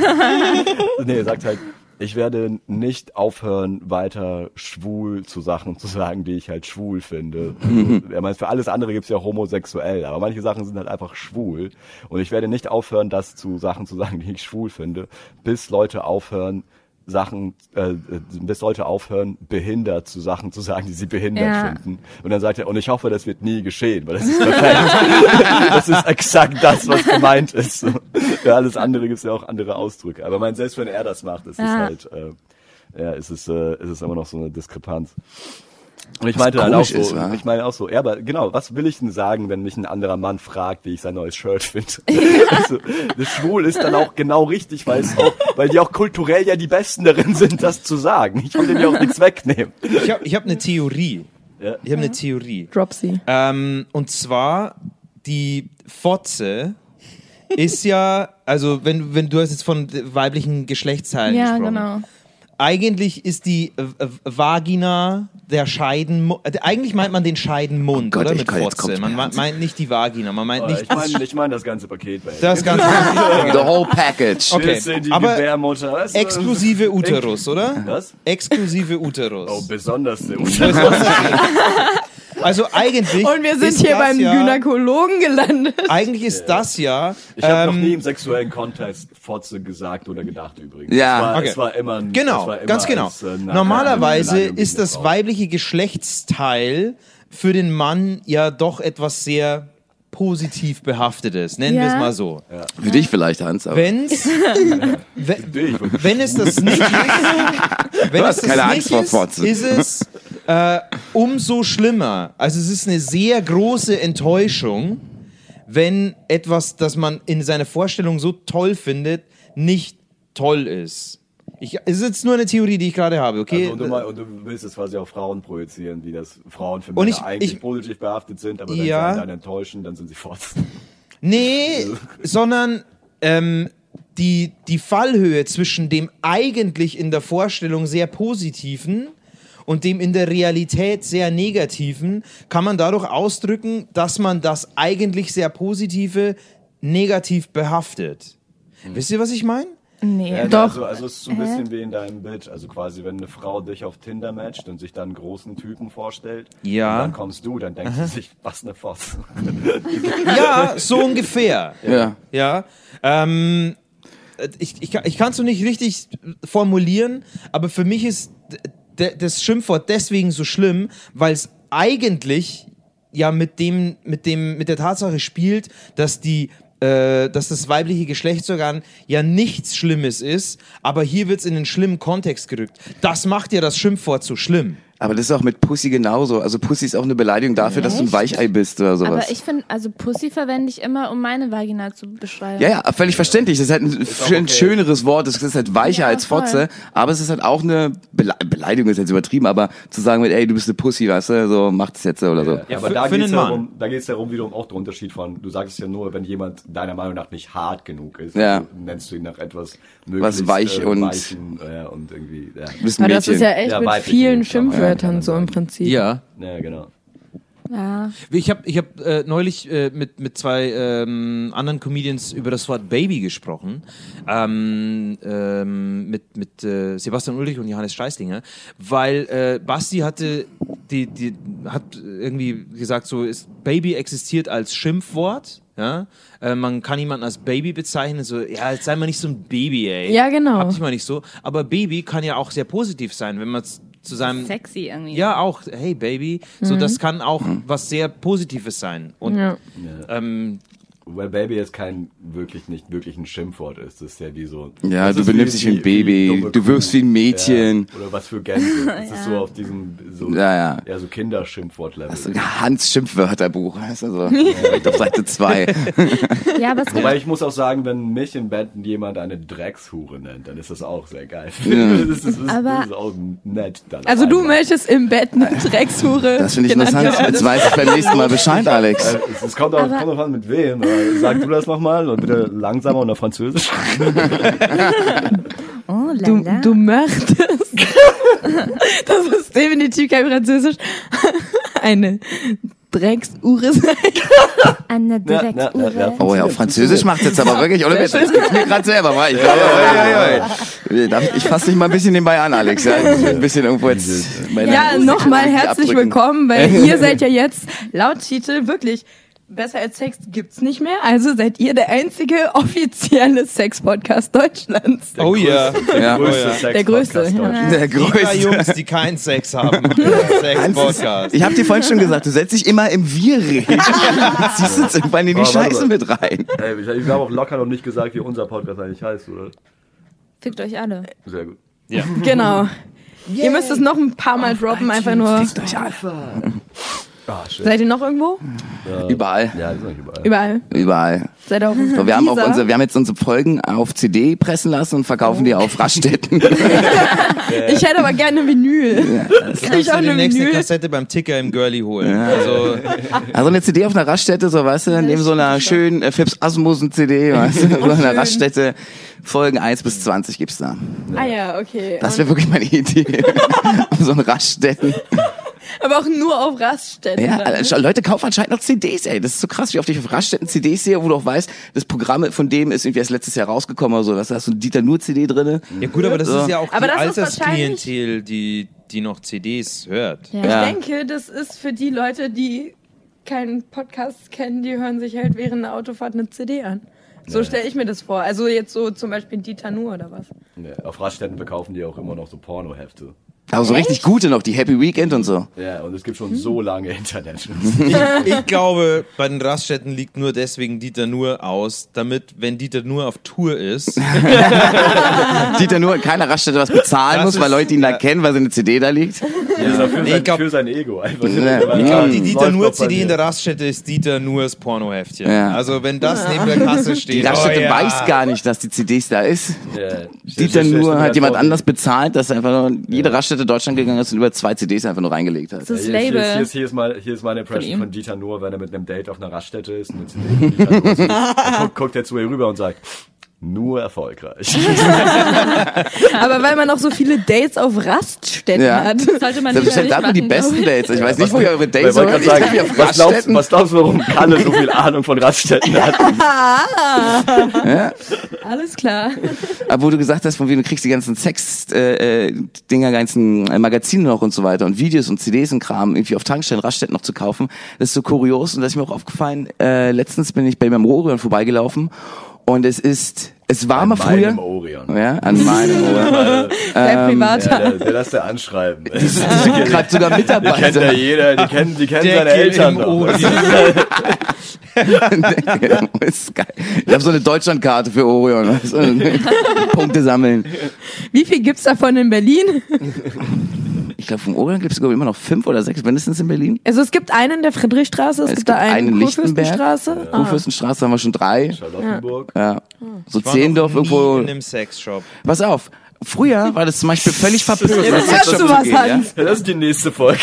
nee, er sagt halt, ich werde nicht aufhören, weiter schwul zu Sachen zu sagen, die ich halt schwul finde. Also, er meint, für alles andere gibt's ja homosexuell, aber manche Sachen sind halt einfach schwul. Und ich werde nicht aufhören, das zu Sachen zu sagen, die ich schwul finde, bis Leute aufhören, Sachen, äh, bis heute aufhören, behindert zu Sachen zu sagen, die sie behindert Ja. finden. Und dann sagt er, und ich hoffe, das wird nie geschehen, weil das ist perfekt. das ist exakt das, was gemeint ist. Für alles andere gibt es ja auch andere Ausdrücke. Aber mein, selbst wenn er das macht, ist Ja. es halt, äh, ja, ist es, äh, ist es immer noch so eine Diskrepanz. Und ich meinte dann auch komisch so, ist, wa? ich meine auch so, ja, aber genau, was will ich denn sagen, wenn mich ein anderer Mann fragt, wie ich sein neues Shirt finde? Also, das Schwul ist dann auch genau richtig, weil es auch, weil die auch kulturell ja die Besten darin sind, das zu sagen. Ich will denen ja auch nichts wegnehmen. Ich habe ich hab eine Theorie. Ja. Ich Mhm. habe eine Theorie. Dropsy. Ähm, und zwar, die Fotze ist ja, also wenn, wenn du hast jetzt von weiblichen Geschlechtsteilen Ja, gesprochen. genau. Eigentlich ist die äh, äh, Vagina der Scheidenmund. Äh, eigentlich meint man den Scheidenmund, Oh Gott, oder? ich Mit kann- jetzt Fotze. kommt's Man mir meint- meint nicht die Vagina, man meint nicht Oh, Ich meine ich mein das ganze Paket, weil das ganze. The whole package. Okay. Bis in die aber Gebärmutter. weißt du? Exklusive Uterus, oder? Was? Exklusive Uterus. Oh, besonders der Uterus. Also eigentlich. Und wir sind ist hier das beim ja, Gynäkologen gelandet. Eigentlich ist das ja. Ich habe ähm, noch nie im sexuellen Kontext Fotze gesagt oder gedacht übrigens. Ja. es war, Okay. es war immer ein, es Genau, war immer ganz genau. als, äh, Nachteil, Normalerweise eine Beleidigung ist gegen das eine Frau. weibliche Geschlechtsteil für den Mann ja doch etwas sehr positiv behaftetes, nennen wir es Ja. mal so. Für dich vielleicht, Hans, aber Wenn's, wenn, Ich bin wenn es das nicht ist, wenn es das keine Angst nicht vor ist, Fotzen. ist es äh, umso schlimmer. Also es ist eine sehr große Enttäuschung, wenn etwas, das man in seiner Vorstellung so toll findet, nicht toll ist. Ich, es ist jetzt nur eine Theorie, die ich gerade habe, okay? Also, und, du, mal- und du willst es quasi auf Frauen projizieren, wie das Frauen für Und Männer ich- eigentlich ich- positiv behaftet sind, aber wenn Ja. sie einen dann enttäuschen, dann sind sie fort. Nee, sondern ähm, die, die Fallhöhe zwischen dem eigentlich in der Vorstellung sehr positiven und dem in der Realität sehr negativen kann man dadurch ausdrücken, dass man das eigentlich sehr positive negativ behaftet. Wisst ihr, was ich meine? Nee. Doch. Also, also es ist so ein bisschen wie in deinem Bild. Also quasi, wenn eine Frau dich auf Tinder matcht und sich dann einen großen Typen vorstellt, Ja. und dann kommst du, dann denkst du sich, was eine Foss. Ja, so ungefähr. ja. Ja. Ähm, ich ich, kann- ich kann es so nicht richtig formulieren, aber für mich ist d- das Schimpfwort deswegen so schlimm, weil es eigentlich ja mit dem, mit dem, mit der Tatsache spielt, dass die äh, dass das weibliche Geschlechtsorgan ja nichts Schlimmes ist, aber hier wird es in den schlimmen Kontext gerückt. Das macht ja das Schimpfwort so schlimm. Aber das ist auch mit Pussy genauso. Also Pussy ist auch eine Beleidigung dafür, dass du ein Echt? Weichei bist oder sowas. Aber ich finde, also Pussy verwende ich immer, um meine Vagina zu beschreiben. ja, ja, völlig verständlich. Das ist halt ein auch schön, okay. schöneres Wort. Das ist halt weicher Ja, als voll. Fotze. Aber es ist halt auch eine Bele Beleidigung, ist jetzt übertrieben, aber zu sagen mit, ey, du bist eine Pussy, weißt du, so macht es jetzt oder so. Ja, aber für- da für geht's einen Mann. darum, da geht's darum wiederum um auch der Unterschied von, du sagst es ja nur, wenn jemand deiner Meinung nach nicht hart genug ist, Ja. nennst du ihn nach etwas Was weich und- weichen, äh, und irgendwie, ja. Du bist ein Aber das Mädchen. ist ja echt Ja, mit weiblichen vielen Klammer, ja, kann Schimpfwörtern man so im sagen. Prinzip. Ja. ja, genau. Ja. Ich habe ich hab, äh, neulich äh, mit, mit zwei ähm, anderen Comedians über das Wort Baby gesprochen. Ähm, ähm, mit mit äh, Sebastian Ulrich und Johannes Scheißlinger. Weil äh, Basti hatte, die, die, hat irgendwie gesagt, so ist, Baby existiert als Schimpfwort. Ja? Äh, man kann jemanden als Baby bezeichnen. So, ja, jetzt sei mal nicht so ein Baby, ey. Ja, genau. Hab dich mal nicht so. Aber Baby kann ja auch sehr positiv sein, wenn man es zu seinem Sexy irgendwie. ja, auch, hey Baby. So, das kann auch was sehr Positives sein. Und Mhm. Ja. ähm, Weil Baby jetzt kein wirklich nicht wirklich ein Schimpfwort ist. Das ist ja wie so. Ja, das du ist benimmst dich wie ein Baby, dumme du wirkst Kuh. wie ein Mädchen. Ja, oder was für Gänse. Das ist so auf diesem so, Ja, ja. so Kinderschimpfwort-Level. So ein Hans Schimpfwörterbuch, weißt du, so. Direkt auf Seite 2. Ja, aber es gibt Wobei ich muss auch sagen, wenn mich im Bett jemand eine Dreckshure nennt, dann ist das auch sehr geil. das, ist, das, ist, Aber- das ist auch nett. Dann Also du Mensch. möchtest im Bett eine Dreckshure. Genau. Das finde ich genannt interessant. werden. Jetzt weiß ich beim nächsten Mal Bescheid, Alex. Es, es kommt auch kommt drauf an, mit wem. aber Sag du das nochmal und bitte langsamer und auf Französisch. oh, la, Du, la. du möchtest. das ist definitiv kein Französisch. eine Drecksure sein. eine Direktuhr. na, na, na. Oh ja, auf Französisch macht jetzt aber wirklich, oder? Jetzt gibt's mir gerade selber, weil ich, Darf ich, ich fasse dich mal ein bisschen nebenbei an, Alex. Ja, ich bin ein bisschen irgendwo jetzt. meine Ja, Musik- nochmal herzlich abdrücken. willkommen, weil ihr seid ja jetzt laut Titel wirklich Besser als Sex gibt's nicht mehr, also seid ihr der einzige offizielle Sex-Podcast Deutschlands. Oh yeah. Ja. Oh ja. Sex-Podcast Der größte. Deutschlands. Der Die drei Jungs, größte. die keinen Sex haben, machen einen Sex-Podcast. Ich habe dir vorhin schon gesagt, du setzt dich immer im Wir reden. Siehst du jetzt irgendwann in die Oh, warte Scheiße mal. mit rein. Ey, ich, ich habe auch locker noch nicht gesagt, wie unser Podcast eigentlich heißt, oder? Fickt euch alle. Sehr gut. Genau. Ihr müsst es noch ein paar Mal Oh droppen, einfach nur. Fickt euch alle. Ah, shit. Seid ihr noch irgendwo? Überall. Äh, Ja, das ist nicht überall. Überall. Überall. Seid ihr auch So, wir, haben auch Lisa? unsere, wir haben jetzt unsere Folgen auf CD pressen lassen und verkaufen die auf Raststätten. Ich hätte aber gerne Vinyl. Krieg Kannst ich du auch die eine nächste Vinyl? Kassette beim Ticker im Girlie holen. Also, Also eine CD auf einer Raststätte, so weißt du, neben so einer schönen äh, Phipps Asmussen CD, weißt du, so einer Raststätte. Folgen 1 bis 20 gibt's da. Ah ja, okay. Das wäre wirklich meine Idee. Auf so einen Raststätten. aber auch nur auf Raststätten. Ja, dann. also Leute kaufen anscheinend noch CDs, ey. Das ist so krass, wie oft ich auf Raststätten CDs sehe, wo du auch weißt, das Programm von dem ist irgendwie erst letztes Jahr rausgekommen oder so. Weißt du, da hast du einen Dieter nur CD drinne. ja gut, aber das ist ja auch Aber die das ist Altersklientel, die, die noch CDs hört. Ja. Ich Ja. denke, das ist für die Leute, die keinen Podcast kennen, die hören sich halt während einer Autofahrt eine CD an. So stelle ich mir das vor. Also jetzt so zum Beispiel Dieter Nuhr oder was. Nee, auf Raststätten verkaufen die auch immer noch so Pornohefte. Aber so richtig gute noch, die Happy Weekend und so. Ja, und es gibt schon so lange Internet. Ich, ich glaube, bei den Raststätten liegt nur deswegen Dieter Nur aus, damit, wenn Dieter Nur auf Tour ist, Dieter nur an keiner Raststätte was bezahlen Das muss, weil ist- Leute ihn ja. da kennen, weil seine CD da liegt. Das ist auch für, Nee, sein, ich glaub- für sein Ego einfach. Nee, Weil- ich Ja, glaub, die Hm. Dieter läuft nur doch bei CD in mir. der Raststätte ist Dieter nurs Pornoheftchen. Ja. Also wenn das neben der Kasse steht. Die Raststätte oh, ja. weiß gar nicht, dass die CDs da ist. Ja. Dieter Stell- stell- nur stell- hat jemand vor, anders bezahlt, dass einfach nur jede Raststätte Deutschland gegangen ist und über zwei CDs einfach nur reingelegt hat. Das Hier, hier, Label. ist- hier, ist, hier, ist mal, hier ist meine Von Impression ihm. von Dieter Nur, wenn er mit einem Date auf einer Raststätte ist und eine CD von Dieter Nuhr sieht, dann guckt, guckt er zu ihr rüber und sagt, nur erfolgreich. Aber weil man auch so viele Dates auf Raststätten Ja. hat. Sollte man lieber nicht Selbstverständlich hat man machen, halt die besten glaube ich. Dates. Ich weiß nicht, wo ihr eure Ich Dates wollte habt. gerade Ich treffe mich sagen, auf was glaubst, Raststätten. was glaubst du, warum Kalle so viel Ahnung von Raststätten hat? Alles klar. Aber Ah, wo du gesagt hast, von wegen du kriegst die ganzen Sex-Dinger, ganzen äh, Magazine noch und so weiter und Videos und CDs und Kram irgendwie auf Tankstellen, Raststätten noch zu kaufen, das ist so kurios und das ist mir auch aufgefallen. Äh, letztens bin ich bei meinem Orion vorbeigelaufen und es ist, es war mal früher. Meinem Orion. äh, Ja, an meinem Orion. ne? Sehr privat. Ja, der, der lässt der anschreiben. Die sind gerade sogar Die kennt ja Mitarbeiter. jeder, die kennen, die kennen Deckel seine Eltern. im Doch. Ohr. ist geil. Ich habe so eine Deutschlandkarte für Orion. weißt du? Punkte sammeln. Wie viel gibt's davon in Berlin? Ich glaube, vom Orion gibt es immer noch fünf oder sechs, mindestens in Berlin. Also es gibt einen in der Friedrichstraße, es, gibt da einen in Lichtenberg. Kurfürstenstraße. Ah. Kurfürstenstraße haben wir schon drei. Charlottenburg. Ja. So Ich war noch Zehendorf nie irgendwo. In einem Sexshop. Pass auf. Früher war das zum Beispiel völlig verpönt, in den Jetzt hörst Sexshop du zu was, gehen. Ja? Hans. Ja, das ist die nächste Folge.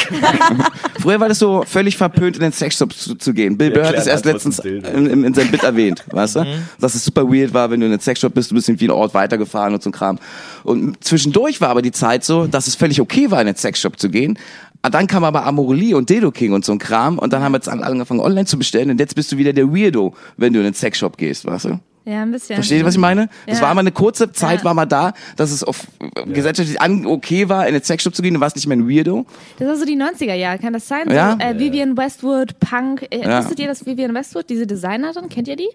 Früher war das so völlig verpönt, in den Sexshop zu, zu gehen. Bill Burr hat klar, das erst das ist letztens ein Dildo. in, in, in seinem Bit erwähnt, weißt du? Mhm. Dass es super weird war, wenn du in den Sexshop bist, du bist irgendwie einen Ort weitergefahren und so ein Kram. Und zwischendurch war aber die Zeit so, dass es völlig okay war, in den Sexshop zu gehen. Ah, Dann kam aber Amorelie und Dildo King und so ein Kram und dann haben wir jetzt alle angefangen online zu bestellen und jetzt bist du wieder der Weirdo, wenn du in den Sexshop gehst, weißt du? Ja, ein bisschen. Versteht ihr, was ich meine? Das Ja. war mal eine kurze Zeit, Ja. war mal da, dass es auf äh, gesellschaftlich an okay war, in den Sexshop zu gehen, du warst nicht mehr ein Weirdo. Das war so die 90er Jahre, kann das sein? Ja. So, äh, Vivian Westwood, Punk. Äh, Ja. Wusstet ihr, dass Vivian Westwood, diese Designerin, kennt ihr die?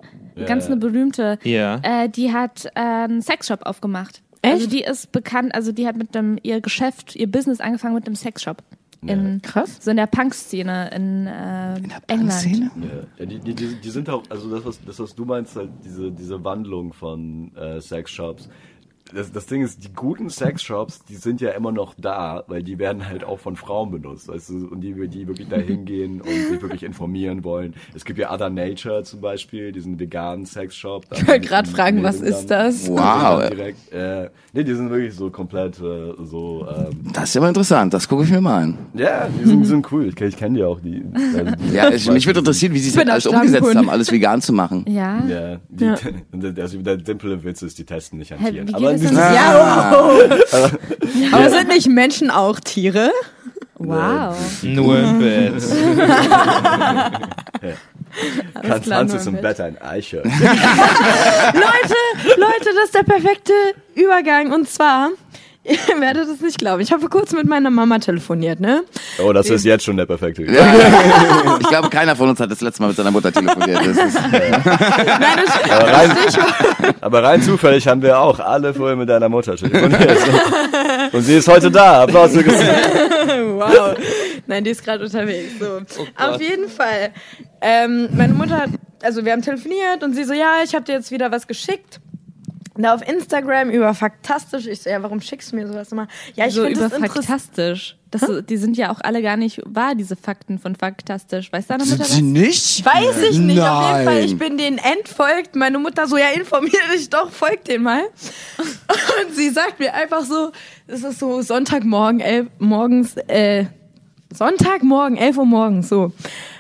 Ganz ja. eine berühmte. Ja. Äh, die hat äh, einen Sexshop aufgemacht. Also die ist bekannt, also die hat mit dem ihr Geschäft, ihr Business angefangen mit dem Sexshop. In, Krass. So in der Punk-Szene in, äh, England. Szene? Ja, die, die, die, die sind auch, also das was, das, was du meinst, halt diese, diese Wandlung von äh, Sexshops. Das, das Ding ist, die guten Sexshops, die sind ja immer noch da, weil die werden halt auch von Frauen benutzt, weißt du, und die, die wirklich da hingehen und sich wirklich informieren wollen. Es gibt ja Other Nature zum Beispiel, diesen veganen Sexshop. Ich wollte gerade fragen, was ist das? Wow. Direkt, äh, nee, die sind wirklich so komplett äh, so, ähm, Das ist ja mal interessant, das gucke ich mir mal an. ja, die sind, die sind cool. Ich, kenn- ich kenne die auch, die. Also die Ja, ich, mich würde interessieren, wie sie es bin alles auch umgesetzt Stammkunden. haben, alles vegan zu machen. Ja. Ja, die, Also der simple Witz ist, die testen nicht Hä, hantieren. wie geht Aber die- das denn? Ja. Aber sind nicht Menschen auch Tiere? Wow. Nur im Bett. kannst klar, Hans ist nur im im Bett ein Eichhörnchen. Leute, Leute, das ist der perfekte Übergang. Und zwar, Ihr werdet es nicht glauben. Ich habe vor kurzem mit meiner Mama telefoniert, ne? Oh, das ist jetzt schon der perfekte. Ich glaube, keiner von uns hat das letzte Mal mit seiner Mutter telefoniert. Das ist, Nein, das, Aber rein, aber rein zufällig haben wir auch alle vorher mit deiner Mutter telefoniert. Und sie ist heute da. Applaus. wow. Nein, die ist gerade unterwegs. So. Oh Auf jeden Fall. Ähm, meine Mutter hat, also wir haben telefoniert und sie so, ja, ich habe dir jetzt wieder was geschickt. Da auf Instagram über Faktastisch. Ich so, ja, warum schickst du mir sowas immer? Ja, ich so finde über das interessant. faktastisch. Das, die sind ja auch alle gar nicht wahr, diese Fakten von faktastisch. Weißt du, deine Mutter sind sie was? nicht? Weiß ich nicht. Auf jeden Fall, ich Nein. bin denen entfolgt. Meine Mutter so, ja, informiere dich doch, folgt den mal. Und sie sagt mir einfach so, es ist so Sonntagmorgen, elf, morgens, äh, Sonntagmorgen, 11 Uhr morgens, so.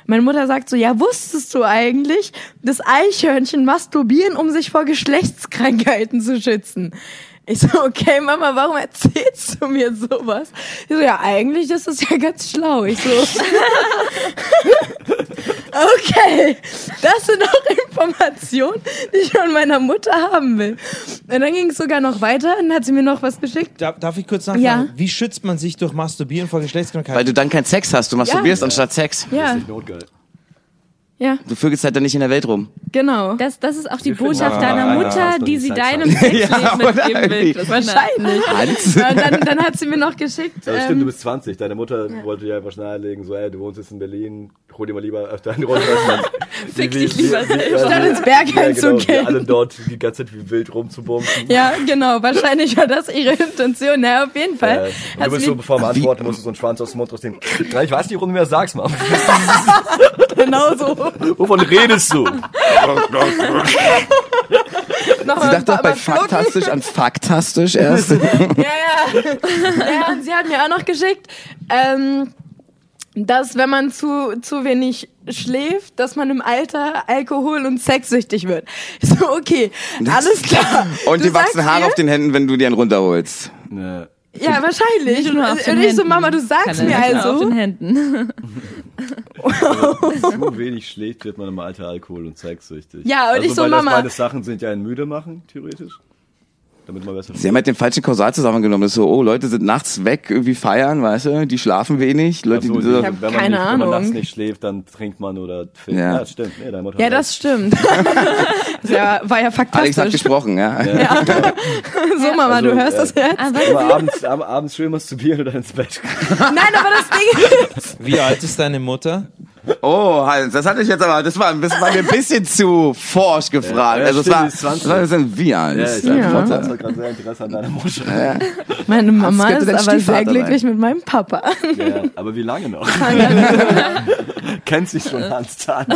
Meine Mutter sagt so, ja, wusstest du eigentlich, dass Eichhörnchen masturbieren, um sich vor Geschlechtskrankheiten zu schützen? Ich so, okay, Mama, warum erzählst du mir sowas? Ich so, ja, eigentlich ist das ja ganz schlau. Ich so, okay, das sind auch Informationen, die ich von meiner Mutter haben will. Und dann ging es sogar noch weiter, dann hat sie mir noch was geschickt. Darf, darf ich kurz nachfragen? Ja. Wie schützt man sich durch Masturbieren vor Weil Geschlechtskrankheiten? du dann keinen Sex hast, du masturbierst anstatt Sex. Ja, Notgeil. ja, Du vögelst halt dann nicht in der Welt rum. genau. Das, das ist auch die finden Botschaft mal deiner einer, Mutter, hast du die nicht sie Sex deinem Sexleben mitgeben will. irgendwie. Christina. Wahrscheinlich. Hans? Ja, Und dann, dann hat sie mir noch geschickt. Ja, stimmt, du ähm, bist 20. Deine Mutter wollte dir einfach nahelegen, so, ey, du wohnst jetzt in Berlin, hol dir mal lieber öfter einen Rundfunk. Fick dich lieber selbst. Statt ins Bergheim zu gehen. genau, Alle dort die ganze Zeit wie wild rumzubumsen. ja, genau. Wahrscheinlich war das ihre Intention. Na, auf jeden Äh, Fall. und du hat bist sie so, mir, bevor man antworten musst du so einen Schwanz aus dem Mund rausnehmen. Nein, ich weiß nicht, warum du mir das sagst, Mann. genau so. Wovon redest du? Sie Nochmal dachte doch bei Faktastisch an Faktastisch erst. Ja, ja. ja und sie hat mir auch noch geschickt, ähm, dass wenn man zu, zu wenig schläft, dass man im Alter alkohol- und sexsüchtig wird. Ich So, okay, alles klar. Und Du dir wachsen sagst Haare ihr- auf den Händen, wenn du dir einen runterholst. Ne. Ja, wahrscheinlich. Nicht Und, nur auf den und ich so, Händen. Mama, du sagst Keine mir Ahnung, Auf also. den Händen. Zu wenig schläft, wird man im Alter alkohol- und sexsüchtig. Ja, und also, ich so, weil Mama- Das beide Sachen sind ja ein müde machen, theoretisch. Damit man besser Sie haben halt den falschen Kausal zusammengenommen. Das ist so, oh, Leute sind nachts weg, irgendwie feiern, weißt du, die schlafen wenig. Leute, Ach so, die so, die- hab wenn man keine nicht, Wenn man nachts Ahnung. nicht schläft, dann trinkt man oder filmt. Ja. Ja, stimmt. Nee, deine Mutter Ja, hat das stimmt. ja, war ja Alex hat faktastisch. gesprochen, ja. So, Mama, Also, du hörst äh, das jetzt? Aber recht. Immer abends, ab, abends schön masturbieren oder ins Bett gehen. Nein, aber das Ding ist, Wie alt ist deine Mutter? Oh, Hans, das hatte ich jetzt aber, das war, das war mir ein bisschen zu forsch gefragt. Ja, ja, also, es stimmt, war, die ist 20. das war- das sind wir eins. Ja, ich Ja. ja. Das hat gerade sehr Interesse an deiner Mutter. Ja. meine Mama könnte ist dein aber sehr Stiefvater glücklich mit meinem Papa. aber wie lange noch? Kennt sich schon Hans Tan.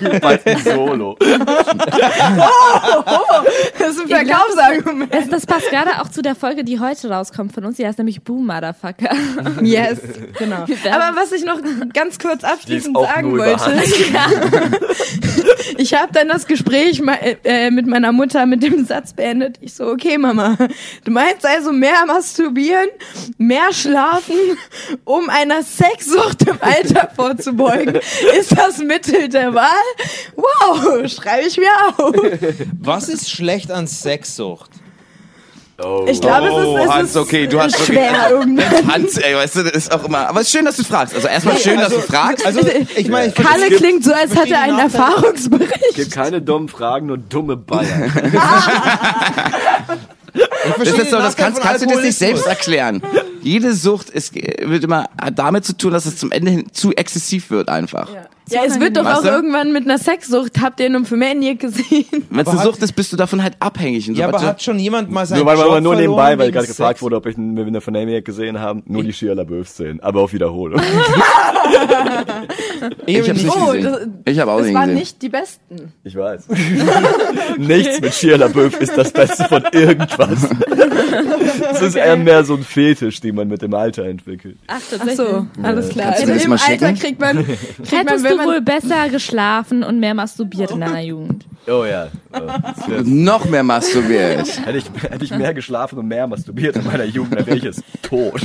Jedenfalls ein Solo. Das ist ein Verkaufsargument. das, das passt gerade auch zu der Folge, die heute rauskommt von uns. Die heißt nämlich Boom Motherfucker. Yes, genau. Aber was ich noch ganz kurz abschließend sagen wollte, ich habe dann das Gespräch me- äh, mit meiner Mutter mit dem Satz beendet. Ich so, okay, Mama, du meinst also mehr masturbieren, mehr schlafen, um einer Sexsucht im Alter vorzubeugen, ist das Mittel der Wahl? Wow, schreibe ich mir auf. Was ist schlecht an Sexsucht? Oh. Ich glaube, Oh, es ist, es Hans, ist okay, du hast wirklich- schwer. um- irgendwie. Hans, ey, weißt du, das ist auch immer, aber es ist schön, dass du fragst. Also, erstmal schön, dass du fragst. Also, ich meine, ich Kalle gibt klingt so, als hätte er einen verschiedene Nachteile. Erfahrungsbericht. Gibt keine dummen Fragen, nur dumme Bayern. Das ist so, das kannst, kannst du dir das nicht selbst sagen. erklären. Jede Sucht ist, wird immer hat damit zu tun, dass es zum Ende hin zu exzessiv wird einfach. Ja, es wird doch Weißt auch du? irgendwann mit einer Sexsucht, habt ihr in einem Filmaniac gesehen. Wenn es Aber eine hat- Sucht ist, bist du davon halt abhängig. Und so Ja, aber weiter. hat schon jemand mal seinen Nur weil Job wir nur nebenbei, verloren weil wegen gerade gefragt Sex? wurde, ob ich einen Winner von Maniac gesehen habe, nur die Shia LaBeouf-Szenen, aber auf Wiederholung. Eben ich hab's nicht nicht. Oh, gesehen. ich habe auch Das nicht waren gesehen. nicht die besten. Ich weiß. Nichts mit Shia LaBeouf ist das Beste von irgendwas. Es ist eher mehr so ein Fetisch, den man mit dem Alter entwickelt. Ach, Ach tatsächlich. so, alles klar. Also Kannst du mir das im mal Alter schicken? kriegt man, kriegt man, Hättest wenn du wohl man besser geschlafen und mehr masturbiert in deiner Jugend? Oh ja. Oh, das wär- Noch mehr masturbiert. hätte, ich, hätte ich mehr geschlafen und mehr masturbiert in meiner Jugend, dann wäre ich jetzt tot.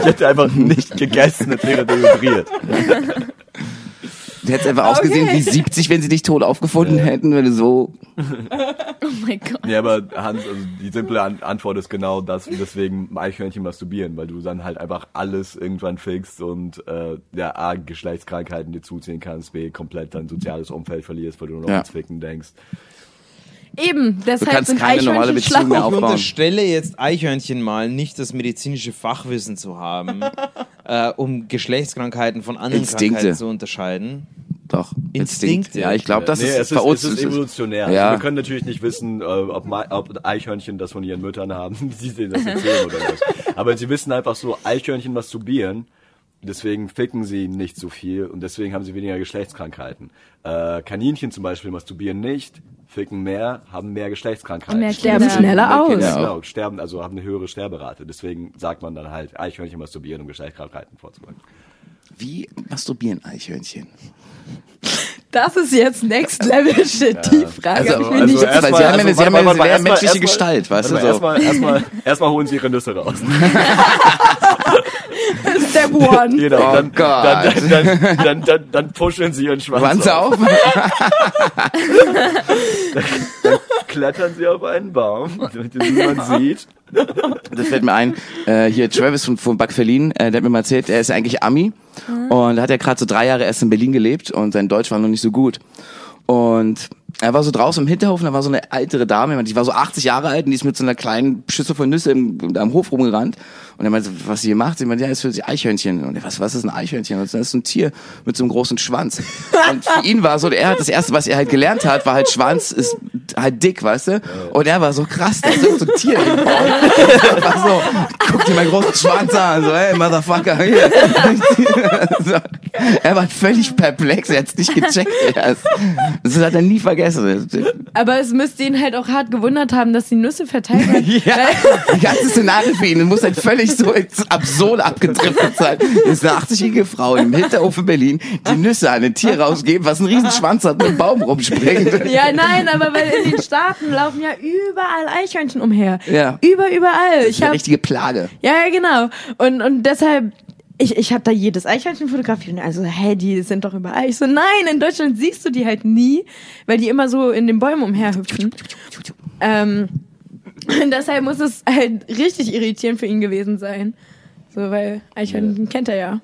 ich hätte einfach nicht gegessen und wäre dehydriert. Du hättest einfach ausgesehen wie 70, wenn sie dich tot aufgefunden hätten, wenn du so. mein Gott. Ja, aber Hans, also die simple An Antwort ist genau das, deswegen Eichhörnchen masturbieren, weil du dann halt einfach alles irgendwann fixst und äh, ja, A, Geschlechtskrankheiten dir zuziehen kannst, B, komplett dein soziales Umfeld verlierst, weil du nur noch Ja. ans Ficken denkst. Eben, deshalb kannst sind keine normale Eichhörnchen Beziehung mehr schlau. auf- Ich aufbauen. unterstelle jetzt Eichhörnchen mal, nicht das medizinische Fachwissen zu haben, äh, um Geschlechtskrankheiten von anderen Instinkte. Krankheiten zu unterscheiden. Doch. Instinkt, Ja, ich glaube, das nee, ist es bei ist, uns. es ist evolutionär. Also Ja. Wir können natürlich nicht wissen, äh, ob, Ma- ob Eichhörnchen das von ihren Müttern haben, die denen das erzählen oder was. Aber sie wissen einfach so, Eichhörnchen masturbieren, deswegen ficken sie nicht so viel und deswegen haben sie weniger Geschlechtskrankheiten. Äh, Kaninchen zum Beispiel masturbieren nicht, ficken mehr, haben mehr Geschlechtskrankheiten. Und mehr Sterben Kinder. schneller aus. Kinder, aus. Genau, sterben, also haben eine höhere Sterberate. Deswegen sagt man dann halt, Eichhörnchen masturbieren, um Geschlechtskrankheiten vorzubeugen. Wie masturbieren Eichhörnchen? Das ist jetzt Next Level Shit, die Frage. Also, hab ich mir also, nicht weil sie haben ja eine- sie haben ja eine sehr menschliche Gestalt, weißt warte du, so. mal, Erstmal, erstmal, erstmal holen sie ihre Nüsse raus. Step One. Genau, Oh dann, Dann, Gott. dann, dann, dann, dann, dann puscheln sie ihren Schwanz Wann auf. auf? Klettern sie auf einen Baum, damit man sieht. Das fällt mir ein. Äh, hier Travis von, von Buck Verlin, äh, der hat mir mal erzählt, er ist ja eigentlich Ami und hat ja gerade so drei Jahre erst in Berlin gelebt und sein Deutsch war noch nicht so gut. Und er war so draußen im Hinterhof und da war so eine ältere Dame, die war so 80 Jahre alt und die ist mit so einer kleinen Schüssel von Nüsse im, am Hof rumgerannt. Und er meinte, was sie hier macht? Sie meinte, ja, ist für sie Eichhörnchen. Und er, was, was ist ein Eichhörnchen? Und das ist so ein Tier mit so einem großen Schwanz. Und für ihn war so, er hat das erste, was er halt gelernt hat, war halt Schwanz ist halt dick, weißt du? Und er war so krass, das ist so ein Tier. im Bauch. War so, guck dir meinen großen Schwanz an, so, ey, Motherfucker, hier. so. Er war völlig perplex, er hat's nicht gecheckt. Er ist- Das hat er nie vergessen. Aber es müsste ihn halt auch hart gewundert haben, dass die Nüsse verteilt werden. Ja, die ganze Szenario für ihn das muss halt völlig so ins Absurde abgedriftet sein. Das ist eine 80-jährige Frau im Hinterhof in Berlin, die Nüsse an ein Tier rausgeben, was einen riesen Schwanz hat und einen Baum rumspringt. Ja, nein, aber weil in den Staaten laufen ja überall Eichhörnchen umher. Ja. Über, überall. Ich Eine hab, richtige Plage. ja, ja, genau. Und, und deshalb, ich, ich habe da jedes Eichhörnchen fotografiert. Und also, hey, die sind doch überall. Ich so, nein, in Deutschland siehst du die halt nie, weil die immer so in den Bäumen umherhüpfen. Ähm, und deshalb muss es halt richtig irritierend für ihn gewesen sein. So, weil Eichhörnchen kennt er ja.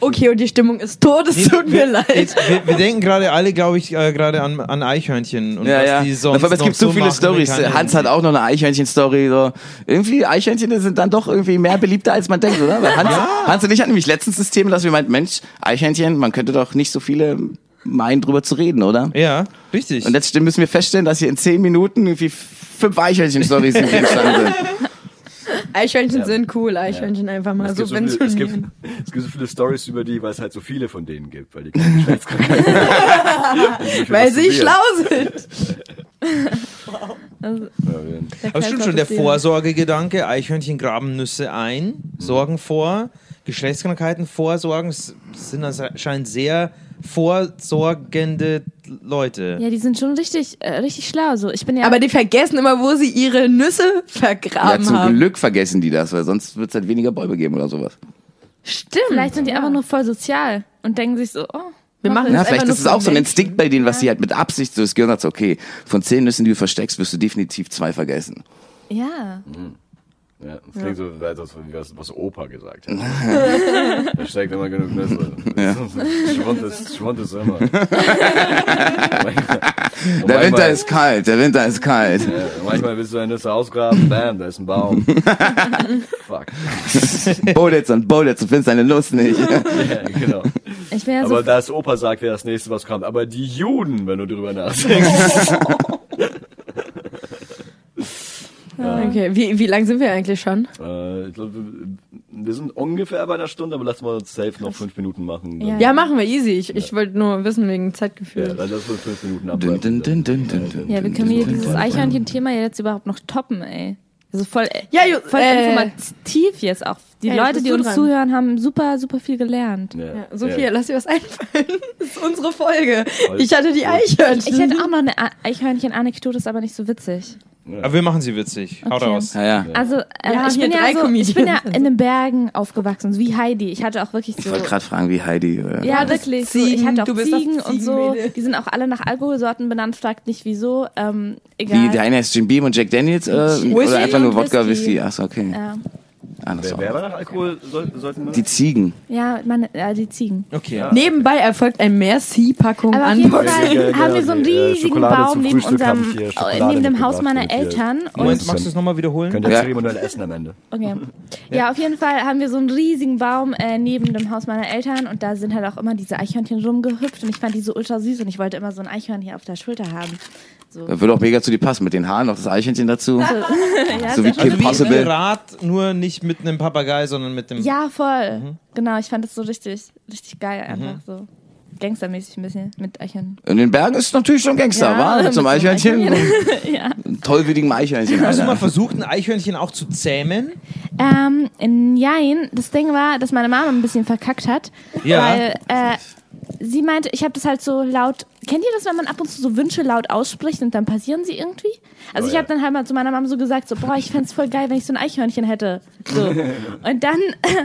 Okay, und die Stimmung ist tot, es tut mir leid. Jetzt, wir, wir denken gerade alle, glaube ich, äh, gerade an, an Eichhörnchen und Ja, was ja. die Vor sonst allem, es noch gibt so viele machen Stories. kann. Hans hat auch noch eine Eichhörnchen-Story. So. Irgendwie, Eichhörnchen sind dann doch irgendwie mehr beliebter, als man denkt, oder? Weil Hans, Hans und ich hatten nämlich letztens das Thema, dass wir meinten, Mensch, Eichhörnchen, man könnte doch nicht so viele meinen, drüber zu reden, oder? Ja, richtig. Und letztendlich müssen wir feststellen, dass hier in zehn Minuten irgendwie fünf Eichhörnchen-Stories im Gegenstand sind. Eichhörnchen sind cool, Eichhörnchen einfach mal Es gibt, so viele, subventionieren. es, gibt, es gibt so viele Stories über die, weil es halt so viele von denen gibt, weil die keine Geschlechtskrankheiten haben. Weil sie schlau sind. Also, Aber stimmt schon, der Vorsorgegedanke, Eichhörnchen graben Nüsse ein, Mhm. sorgen vor, Geschlechtskrankheiten vorsorgen, s- sind anscheinend sehr vorsorgende Leute. Ja, die sind schon richtig, äh, richtig schlau. So, ich bin ja. Aber die vergessen immer, wo sie ihre Nüsse Ja, vergraben zum haben. Glück vergessen die das, weil sonst wird es halt weniger Bäume geben oder sowas. Stimmt. vielleicht sind die einfach nur voll sozial und denken sich so, oh, Wir machen Ja, Das ist vielleicht einfach ist nur es auch von so ein Menschen. Instinkt bei denen, was sie halt mit Absicht so das Gehirn sagt, so, okay, von zehn Nüssen, die du versteckst, wirst du definitiv zwei vergessen. ja. Ja, das klingt so, als was, was, was Opa gesagt hat. da steckt immer genug Nüsse. Schwund, ist, Schwund ist immer. Der Winter ist kalt, der Winter ist kalt. Ja, manchmal willst du eine Nüsse ausgraben, bam, da ist ein Baum. Fuck. Bullets und Bullets, du findest deine Lust nicht. Ja, genau. Ich bin ja Aber so. das Opa sagt, wer das nächste was kommt. Aber die Juden, wenn du drüber nachdenkst. Okay, wie, wie lang sind wir eigentlich schon? äh, ich glaub, wir- wir sind ungefähr bei einer Stunde, aber lassen wir uns safe noch fünf Minuten machen. Dann- Ja, machen wir easy. Ich, ich wollte nur wissen wegen Zeitgefühl. Ja, dann lassen wir fünf Minuten Dün, dün, ab. dün, dün, dün, dün, Ja, wir dün, können dün, hier dün, dieses dün. Eichhörnchen-Thema ja jetzt überhaupt noch toppen, ey. Also voll, Ja, ju- voll äh, informativ jetzt auch. Die ja, jetzt Leute, bist die du uns dran. zuhören, haben super, super viel gelernt. Ja, Sophia, lass dir was einfallen. Das ist unsere Folge. Ich hatte die Ich Eichhörnchen. hätte auch noch eine A- Eichhörnchen-Anekdote, ist aber nicht so witzig. Aber wir machen sie witzig. Haut Okay. raus. Ja, ja. Also, äh, Ja, ich, hier bin ja drei so, ich bin ja Comedians. in den Bergen aufgewachsen, so wie Heidi. Ich hatte auch wirklich Ich so. wollte gerade fragen, wie Heidi. äh, Oder? Ja, wirklich. So, ich Ziegen, hatte auch du bist das Ziegen und so. Ziegenmädel. Die sind auch alle nach Alkoholsorten benannt, fragt nicht wieso. Ähm, Wie, egal. der eine ist Jim Beam und Jack Daniels äh, oder einfach nur und Wodka, Whisky. Whisky. Achso, okay. Ah, Ja. Alles Wer, auch. wer war nach Alkohol? Soll, sollten wir? Die Ziegen. ja, meine, ja, die Ziegen. Okay. Nebenbei erfolgt ein Merci-Packung Aber auf an jeden Boxen. Fall Ja, ja, haben wir so einen ja, ja, riesigen Äh, Schokolade Baum zum neben Frühstück habe ich unserem, äh, hier Schokolade neben dem Haus mitgebracht meiner und hier- Eltern. Moment, Und magst du es nochmal wiederholen? Könnt ihr Ja. zeremoniell essen am Ende? Okay. Ja, auf jeden Fall haben wir so einen riesigen Baum äh, neben dem Haus meiner Eltern und da sind halt auch immer diese Eichhörnchen rumgehüpft und ich fand die so ultra süß und ich wollte immer so ein Eichhörnchen auf der Schulter haben. So. Da würde auch mega zu dir passen. Mit den Haaren noch das Eichhörnchen dazu. Ja, so wie sehr- Kim Also wie Possible. Pirat, nur nicht mit einem Papagei, sondern mit dem... ja, voll. Genau, ich fand das so richtig, richtig geil einfach so. Gangstermäßig ein bisschen mit Eichhörnchen. In den Bergen ist es natürlich schon Gangster, Ja, wa? Mit mit so einem so einem Eichhörnchen. ja. Einem Tollwütigen Eichhörnchen. Hast du mal Alter. versucht, ein Eichhörnchen auch zu zähmen? Ähm, nein, das Ding war, dass meine Mama ein bisschen verkackt hat. Ja. Weil äh, sie meinte, ich habe das halt so laut. Kennt ihr das, wenn man ab und zu so Wünsche laut ausspricht und dann passieren sie irgendwie? Also Oh ich ja. habe dann halt mal zu meiner Mama so gesagt, so, boah, ich fänd's voll geil, wenn ich so ein Eichhörnchen hätte. So. und dann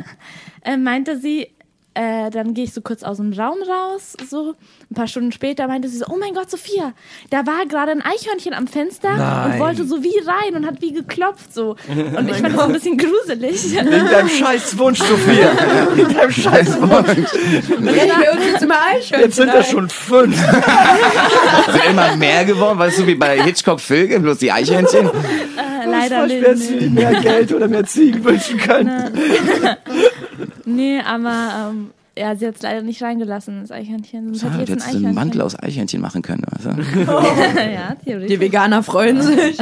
äh, meinte sie, äh, dann gehe ich so kurz aus dem Raum raus, so ein paar Stunden später meinte sie so, oh mein Gott, Sophia, da war gerade ein Eichhörnchen am Fenster und wollte so wie rein und hat wie geklopft so. Oh Und ich fand das ein bisschen gruselig. Wegen deinem scheiß Wunsch, Sophia. Wegen deinem scheiß Wunsch. Reden wir uns jetzt immer Eichhörnchen Jetzt sind das ein. schon fünf. Sind immer mehr geworden, weißt du, wie bei Hitchcock-Filge, bloß die Eichhörnchen. Äh, Leider Ich hätte nicht. sie mehr Geld oder mehr Ziegen wünschen können. Nee, aber ähm, ja, sie hat es leider nicht reingelassen, das Eichhörnchen. Sonst Ah, hat du die jetzt hättest ein einen Mantel Eichhörnchen. aus Eichhörnchen machen können. Weißt du? ja, theoretisch. Die Veganer freuen sich.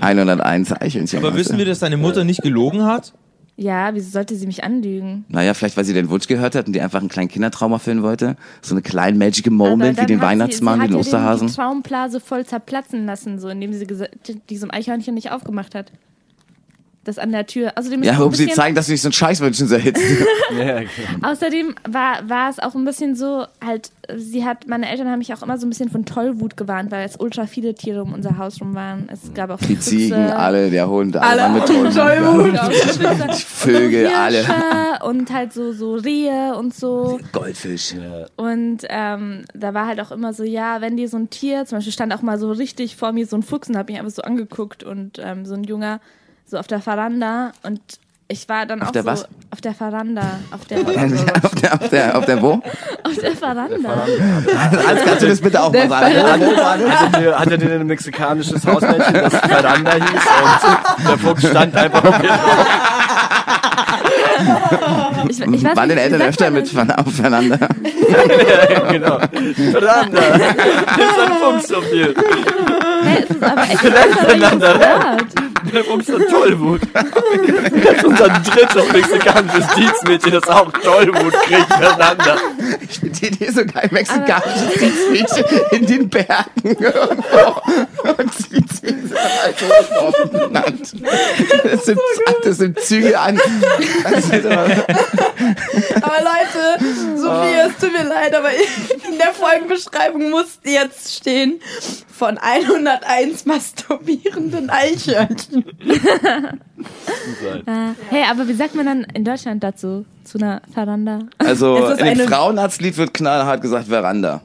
101 Eichhörnchen. Aber weißt du. wissen wir, dass deine Mutter nicht gelogen hat? Ja, wieso sollte sie mich anlügen? Naja, vielleicht, weil sie den Wunsch gehört hat und die einfach einen kleinen Kindertraum erfüllen wollte. So einen kleinen Magical Moment Aber dann wie den hat sie- Weihnachtsmann, sie hat den ja Osterhasen. Die Traumblase voll zerplatzen lassen, so indem sie gesa- diesem Eichhörnchen nicht aufgemacht hat. Das an der Tür. Außerdem ist ja, es ein um sie bisschen- zeigen, dass du nicht so einen Scheißwünschen sollst. Ja, Außerdem war, war es auch ein bisschen so, halt, sie hat, meine Eltern haben mich auch immer so ein bisschen von Tollwut gewarnt, weil es ultra viele Tiere um unser Haus rum waren. Es gab auch Die Füchse, Ziegen, alle, der Hund, Alle alle, alle mit Hunden. Tollwut. genau, Füchse, Vögel, alle. Hirsche und halt so, so Rehe und so. Goldfisch. Und ähm, da war halt auch immer so, ja, wenn dir so ein Tier, zum Beispiel stand auch mal so richtig vor mir so ein Fuchs und hab mich einfach so angeguckt und ähm, so ein Junger so auf der Veranda und ich war dann Auf auch der so was? auf der Veranda, auf der, auf, der, auf, der, auf der wo? auf der Veranda. Als kannst du das bitte auch mal sagen. Hatte, hatte denn ein mexikanisches Hausmädchen, das Veranda hieß und der Fuchs stand einfach auf ihr Ich, ich weiß Waren nicht, deine wie Eltern sagt öfter man mit das? Van- aufeinander? Ja, genau. Veranda. Da ist ein Fuchs auf dir. Hey, es ist aber echt ein Wort. Der Fuchs hat Tollwut. Das ist unser drittes mexikanisches Dienstmädchen, das auch Tollwut kriegt. Veranda. Die Idee so geil, mexikanisches Dienstmädchen in den Bergen irgendwo. Und sie ziehen sich dann halt auf dem Land. Das sind, das sind Züge an. Das ist aber- Aber Leute, Sophia, es tut mir leid, aber in der Folgenbeschreibung muss jetzt stehen von 101 masturbierenden Eichhörnchen. Hey, aber wie sagt man dann in Deutschland dazu? Zu einer Veranda? Also Es ist in dem eine- Frauenarztlied wird knallhart gesagt Veranda.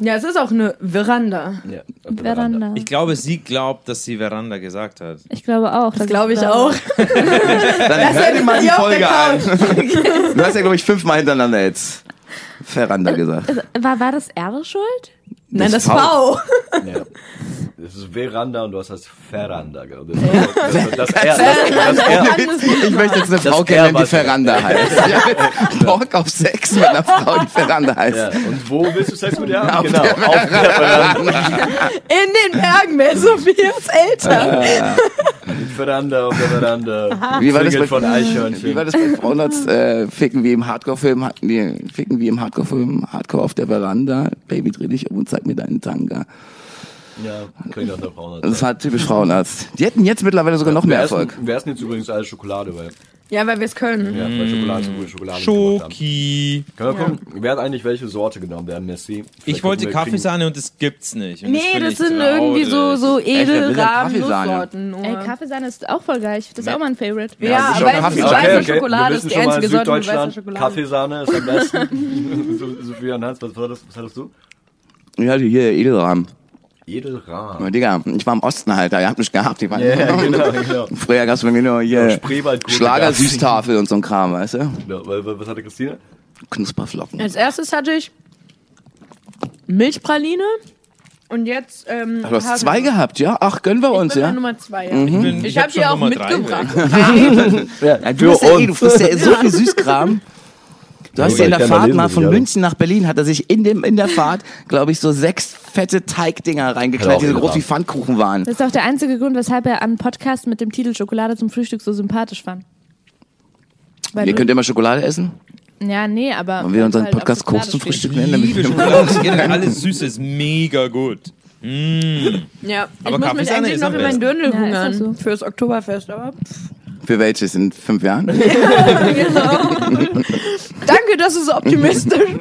Ja, es ist auch eine Veranda. Ja, auf der Veranda. Ich glaube, sie glaubt, dass sie Veranda gesagt hat. Ich glaube auch. Das Glaube ich auch. Dann hör dir mal die hier auf der Folge an. Du hast ja, glaube ich, fünfmal hintereinander jetzt Veranda gesagt. War, war das R schuld? Nein, Das das V. V. Ja. Das ist Veranda und du hast das Veranda. gell? Das, das, das, das, das, das, das, Ich möchte jetzt eine Frau R kennenlernen, die war's. Veranda heißt. Ich hab jetzt Bock auf Sex mit einer Frau, die Veranda heißt. ja. Und wo willst du Sex mit dir haben? Auf Genau, der auf der Veranda. In den Bergen mehr Sophias Eltern. Mit Veranda, auf der Veranda. Wie war das Zügel bei- von Wie Eichhörnchen. war das bei Frauenarzt? Äh, ficken wie im Hardcore-Film, hatten die Ficken wie im Hardcore-Film, Hardcore auf der Veranda, Baby dreh dich um und zeig mir deinen Tanga. Also Ja, klingt nach der Frauenarzt. Das war typisch Frauenarzt. Die hätten jetzt mittlerweile sogar noch mehr Wir essen- Erfolg. Wir essen jetzt übrigens alle Schokolade, weil Ja, weil wir es können. Ja, zwei Schokolade, so gute Schokolade. gemacht haben. Schoki. Können wir gucken, wer hat eigentlich welche Sorte genommen? Wir haben Merci. Vielleicht Ich wollte gucken wir, kriegen- Kaffeesahne und das gibt's nicht. Und Nee, bin das ich genau sind traurig. irgendwie so, so wer will denn edelrahmen Kaffeesahne? Nusssorten. nur. Ey, Kaffeesahne ist auch voll geil. Ich finde das auch mein Favorite. Ja, das ist aber es schon ist Kaffee. weiße Okay, Schokolade, wir ist wissen die schon mal, einzige Sorte mit weißer Süddeutschland, Schokolade. Kaffeesahne ist am besten. so, so wie Hans, was, war das, was hattest du? Ja, die hier, Edelrahmen. Edelrahm. Aber Digga, ich war im Osten, Alter. Ihr habt mich gehabt, die waren. Ja, genau, genau. Früher gab's bei mir nur hier Spreewaldgurke gab's. Schlager-Süßtafel und so ein Kram, weißt du? Ja, weil- weil- Was hatte Christine? Knusperflocken. Als erstes hatte ich Milchpraline und jetzt ähm, Also Du hast Haselnuss. zwei gehabt, ja? Ach, gönnen wir Ich uns, bin bei ja? Mhm. Nummer zwei, ja. Ich, bin, Ich hab habe die schon auch Nummer drei, mitgebracht. Ja, du, bist ja eh, du frisst ja eh so viel Süßkram. Du hast ja in ich der kann da Fahrt lesen, mal was ich von habe. München nach Berlin, hat er sich in, dem, in der Fahrt, glaube ich, so sechs fette Teigdinger Hat er reingeknallt, auch die so groß getan. wie Pfannkuchen waren. Das ist auch der einzige Grund, weshalb er an Podcast mit dem Titel Schokolade zum Frühstück so sympathisch fand. Weil Ihr du, könnt immer Schokolade essen. ja, nee, aber. Wollen wir weil unseren du halt auf Podcast Schokolade Koks zum stehst. Frühstück Ich nennen? damit liebe wir- Schokolade. Generell alles Süßes, mega gut. Ja, Aber ich muss mich Kaffeesahne eigentlich ist noch am in meinen besten. Dirndl Ja, ist hungern das so? fürs Oktoberfest. Aber Für welches? In fünf Jahren? danke, dass du so optimistisch Mhm.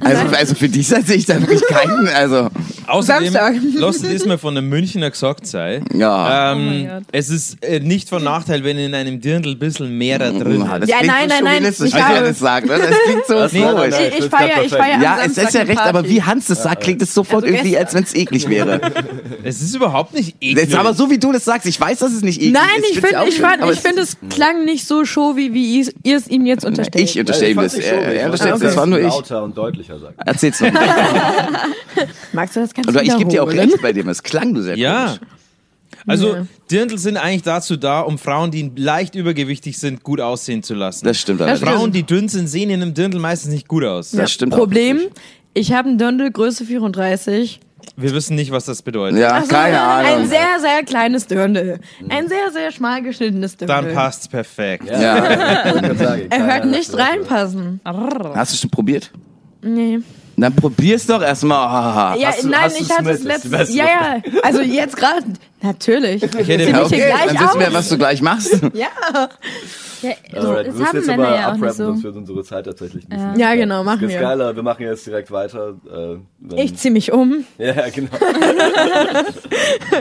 Also, also für dieser sehe ich da wirklich keinen. Also, Samstag. Außerdem, lasst es mir von einem Münchner gesagt sein. ja. Ähm, Oh mein Gott. es ist äh, nicht von Nachteil, wenn in einem Dirndl ein bisschen mehr da drin Ah, ist. das Ja, klingt nein, nein, so nein, chauvinistisch, ich wenn habe- er das sagt. ne? Das klingt so Nee, nein, komisch. nein. Ich, ich das feiere ist ich feier am Ja, es Samstag ist ja die recht, Party. aber wie Hans das sagt, klingt es sofort Also irgendwie, gestern. als wenn es eklig wäre. Es ist überhaupt nicht eklig. Jetzt, aber so wie du das sagst, ich weiß, dass es nicht eklig Nein, ist. ich find's ja finde, auch ich schlimm, fand, aber ich es- finde, es klang nicht so showy, wie ihr ihr es ihm jetzt unterstellt. Ich unterstelle ihm fand das. nicht Er, schuldig. er Ich fand, unterstellt, dass äh, das war nur es ich. Lauter und deutlicher sagen. Erzähl's noch. mal. Magst du das Ganze Aber ich gebe dir auch wiederholen? recht bei dem, es klang nur sehr Ja. komisch. Also Dirndl sind eigentlich dazu da, um Frauen, die leicht übergewichtig sind, gut aussehen zu lassen. Das stimmt allerdings. Frauen, die dünn sind, sehen in einem Dirndl meistens nicht gut aus. Das stimmt auch. Problem, ich habe einen Dirndl Größe 34. Wir wissen nicht, was das bedeutet. Ja, Ach so, keine Also, Ein Ahnung. Mhm. sehr, sehr kleines Dirndl. Ein sehr, sehr schmal geschnittenes Dirndl. Dann passt's perfekt. Ja. Äh, Er hört nicht reinpassen. Hast du schon probiert? Nee. Dann probier's doch erstmal. Ja, Hast du- nein, hast ich du's hatte mit? es letztes Das ist Ja, ja. Also jetzt gerade. Natürlich. Ich hätte Ziemlich ja, Ja, mich hier okay, gleich dann wissen wir, auf. was du gleich machst. Ja. Ja, Alright, das wir müssen haben jetzt Männer aber ja auch nicht abrappen, so. sonst wird unsere Zeit tatsächlich nicht. Ja. Ja, genau, machen wir. wir. Geiler, wir machen jetzt direkt weiter. Äh, wenn- Ich zieh mich um. ja, genau.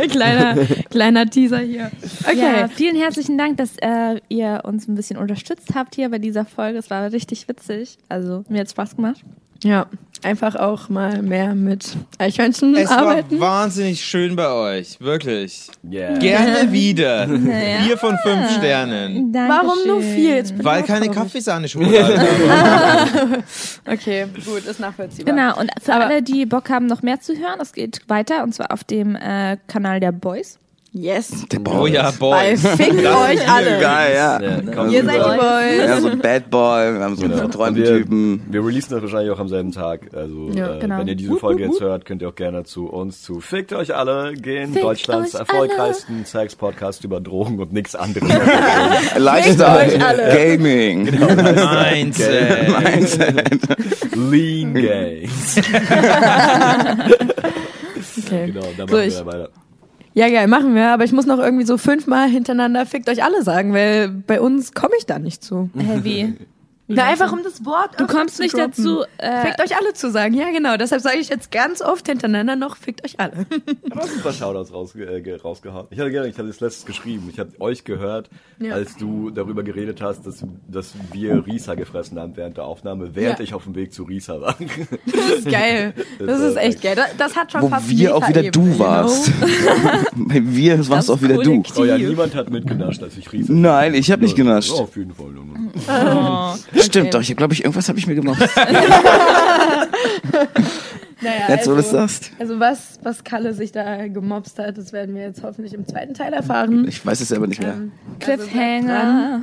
kleiner, kleiner Teaser hier. Okay. Ja, vielen herzlichen Dank, dass äh, ihr uns ein bisschen unterstützt habt hier bei dieser Folge. Es war richtig witzig. Also, mir hat Spaß gemacht. Ja, einfach auch mal mehr mit Eichhörnchen Es arbeiten. war wahnsinnig schön bei euch, wirklich. Yeah. Gerne wieder. Vier von fünf Sternen. Warum nur vier? Jetzt bin Weil ich auch keine traurig. Kaffeesahne-Schokolade da war. Okay, gut, ist nachvollziehbar. Genau, und für Aber- alle, die Bock haben, noch mehr zu hören, es geht weiter und zwar auf dem äh, Kanal der Boys. Yes. Oh ja, Bei boy. fickt euch alle. Geil, ja. Komm, Ihr seid die rüber. Boys. Ja, so ein Bad Boy, wir haben so einen Genau. Und verträumten wir, Typen. wir releasen das wahrscheinlich auch am selben Tag. Also Ja, äh, genau. wenn ihr diese Folge jetzt hört, könnt ihr auch gerne zu uns zu Fickt euch alle gehen, Fickt Deutschlands euch erfolgreichsten Sex-Podcast über Drogen und nichts anderes. Lifestyle, Gaming, Mindset. Lean Games. Okay. Genau, da machen So, wir ich- dann weiter. Ja, geil, machen wir. Aber ich muss noch irgendwie so fünfmal hintereinander fickt euch alle sagen, weil bei uns komme ich da nicht zu. Heavy. Na, einfach um das Wort. Du kommst nicht dazu. Äh, Fickt euch alle zu sagen. Ja, genau. Deshalb sage ich jetzt ganz oft hintereinander noch, fickt euch alle. Aber super Shoutouts raus, äh, ge- rausgehauen. Ich hatte gerne, ich hatte das letztes geschrieben. Ich habe euch gehört, Ja. als du darüber geredet hast, dass, dass wir Risa gefressen haben während der Aufnahme, während Ja. ich auf dem Weg zu Risa war. Das ist geil. Das ist echt geil. Das- Das hat schon wo fast wir auch wieder Meta-Ebene, du you know? warst. Genau. Bei wir warst auch wieder du. Kollektiv. oh ja, niemand hat mitgenascht, als ich Risa. Nein, ich habe nicht genascht. Ja, auf jeden Fall. Stimmt doch, ich glaube, ich, irgendwas habe ich mir gemacht. Naja, Jetzt, wo du es also, sagst. also was, was Kalle sich da gemobst hat, das werden wir jetzt hoffentlich im zweiten Teil erfahren. Ich weiß es selber nicht Ähm, mehr. also Cliffhanger.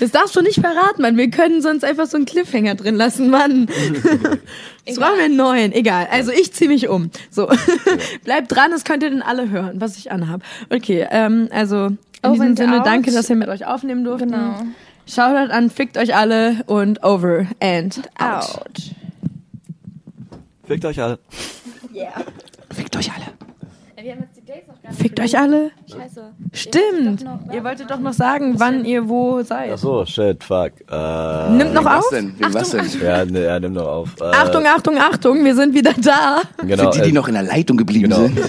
Das darfst du nicht verraten, Mann. Wir können sonst einfach so einen Cliffhanger drin lassen, Mann. Jetzt brauchen wir einen neuen. Egal. Also ich zieh mich um. So. Bleibt dran, das könnt ihr dann alle hören, was ich anhab. Okay, ähm, also in Over diesem and Sinne, out. danke, dass wir mit euch aufnehmen durften. Genau. Shoutout an, fickt euch alle und over and out. Out. Fickt euch alle. Fickt euch alle. Wir haben jetzt die Dates noch Fickt euch alle. Scheiße. Stimmt. Ihr wolltet doch noch sagen, wann ihr wo Ach seid. so, shit, fuck. Äh, Nimmt noch Was auf. denn? Wegen was denn? Ja, ne, ja, nimm noch auf. Äh, Achtung, Achtung, Achtung, wir sind wieder da. Genau, Für die, die äh, noch in der Leitung geblieben genau. sind.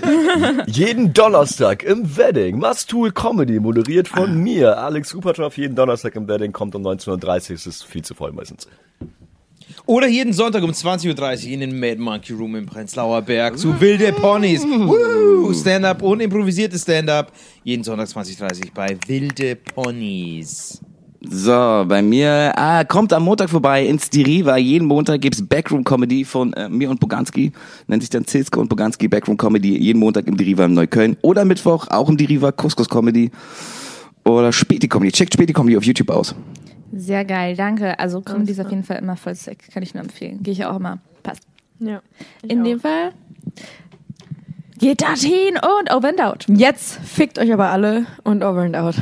Jeden Donnerstag im Wedding. Mastool Comedy, moderiert von Ah. mir, Alex Hupatroff. Jeden Donnerstag im Wedding kommt um 19.30 Uhr. Es ist viel zu voll meistens. Oder jeden Sonntag um 20.30 Uhr in den Mad Monkey Room im Prenzlauer Berg zu Wilde Ponys. Woo! Stand-up und improvisiertes Stand-up. Jeden Sonntag 20.30 Uhr bei Wilde Ponys. So, bei mir, ah, kommt am Montag vorbei ins Die Riva. Jeden Montag gibt's Backroom Comedy von äh, mir und Boganski. Nennt sich dann Zilske und Boganski Backroom Comedy. Jeden Montag im Die Riva in Neukölln. Oder Mittwoch auch im Die Riva Couscous Comedy. Oder Späti Comedy. Checkt Späti Comedy auf YouTube aus. Sehr geil, danke. Also kommen die ist auf jeden Fall immer voll sick. Kann ich nur empfehlen. Gehe ich auch immer. Passt. Ja. In dem Fall geht dorthin und oh, over and out. Jetzt fickt euch aber alle und over and out.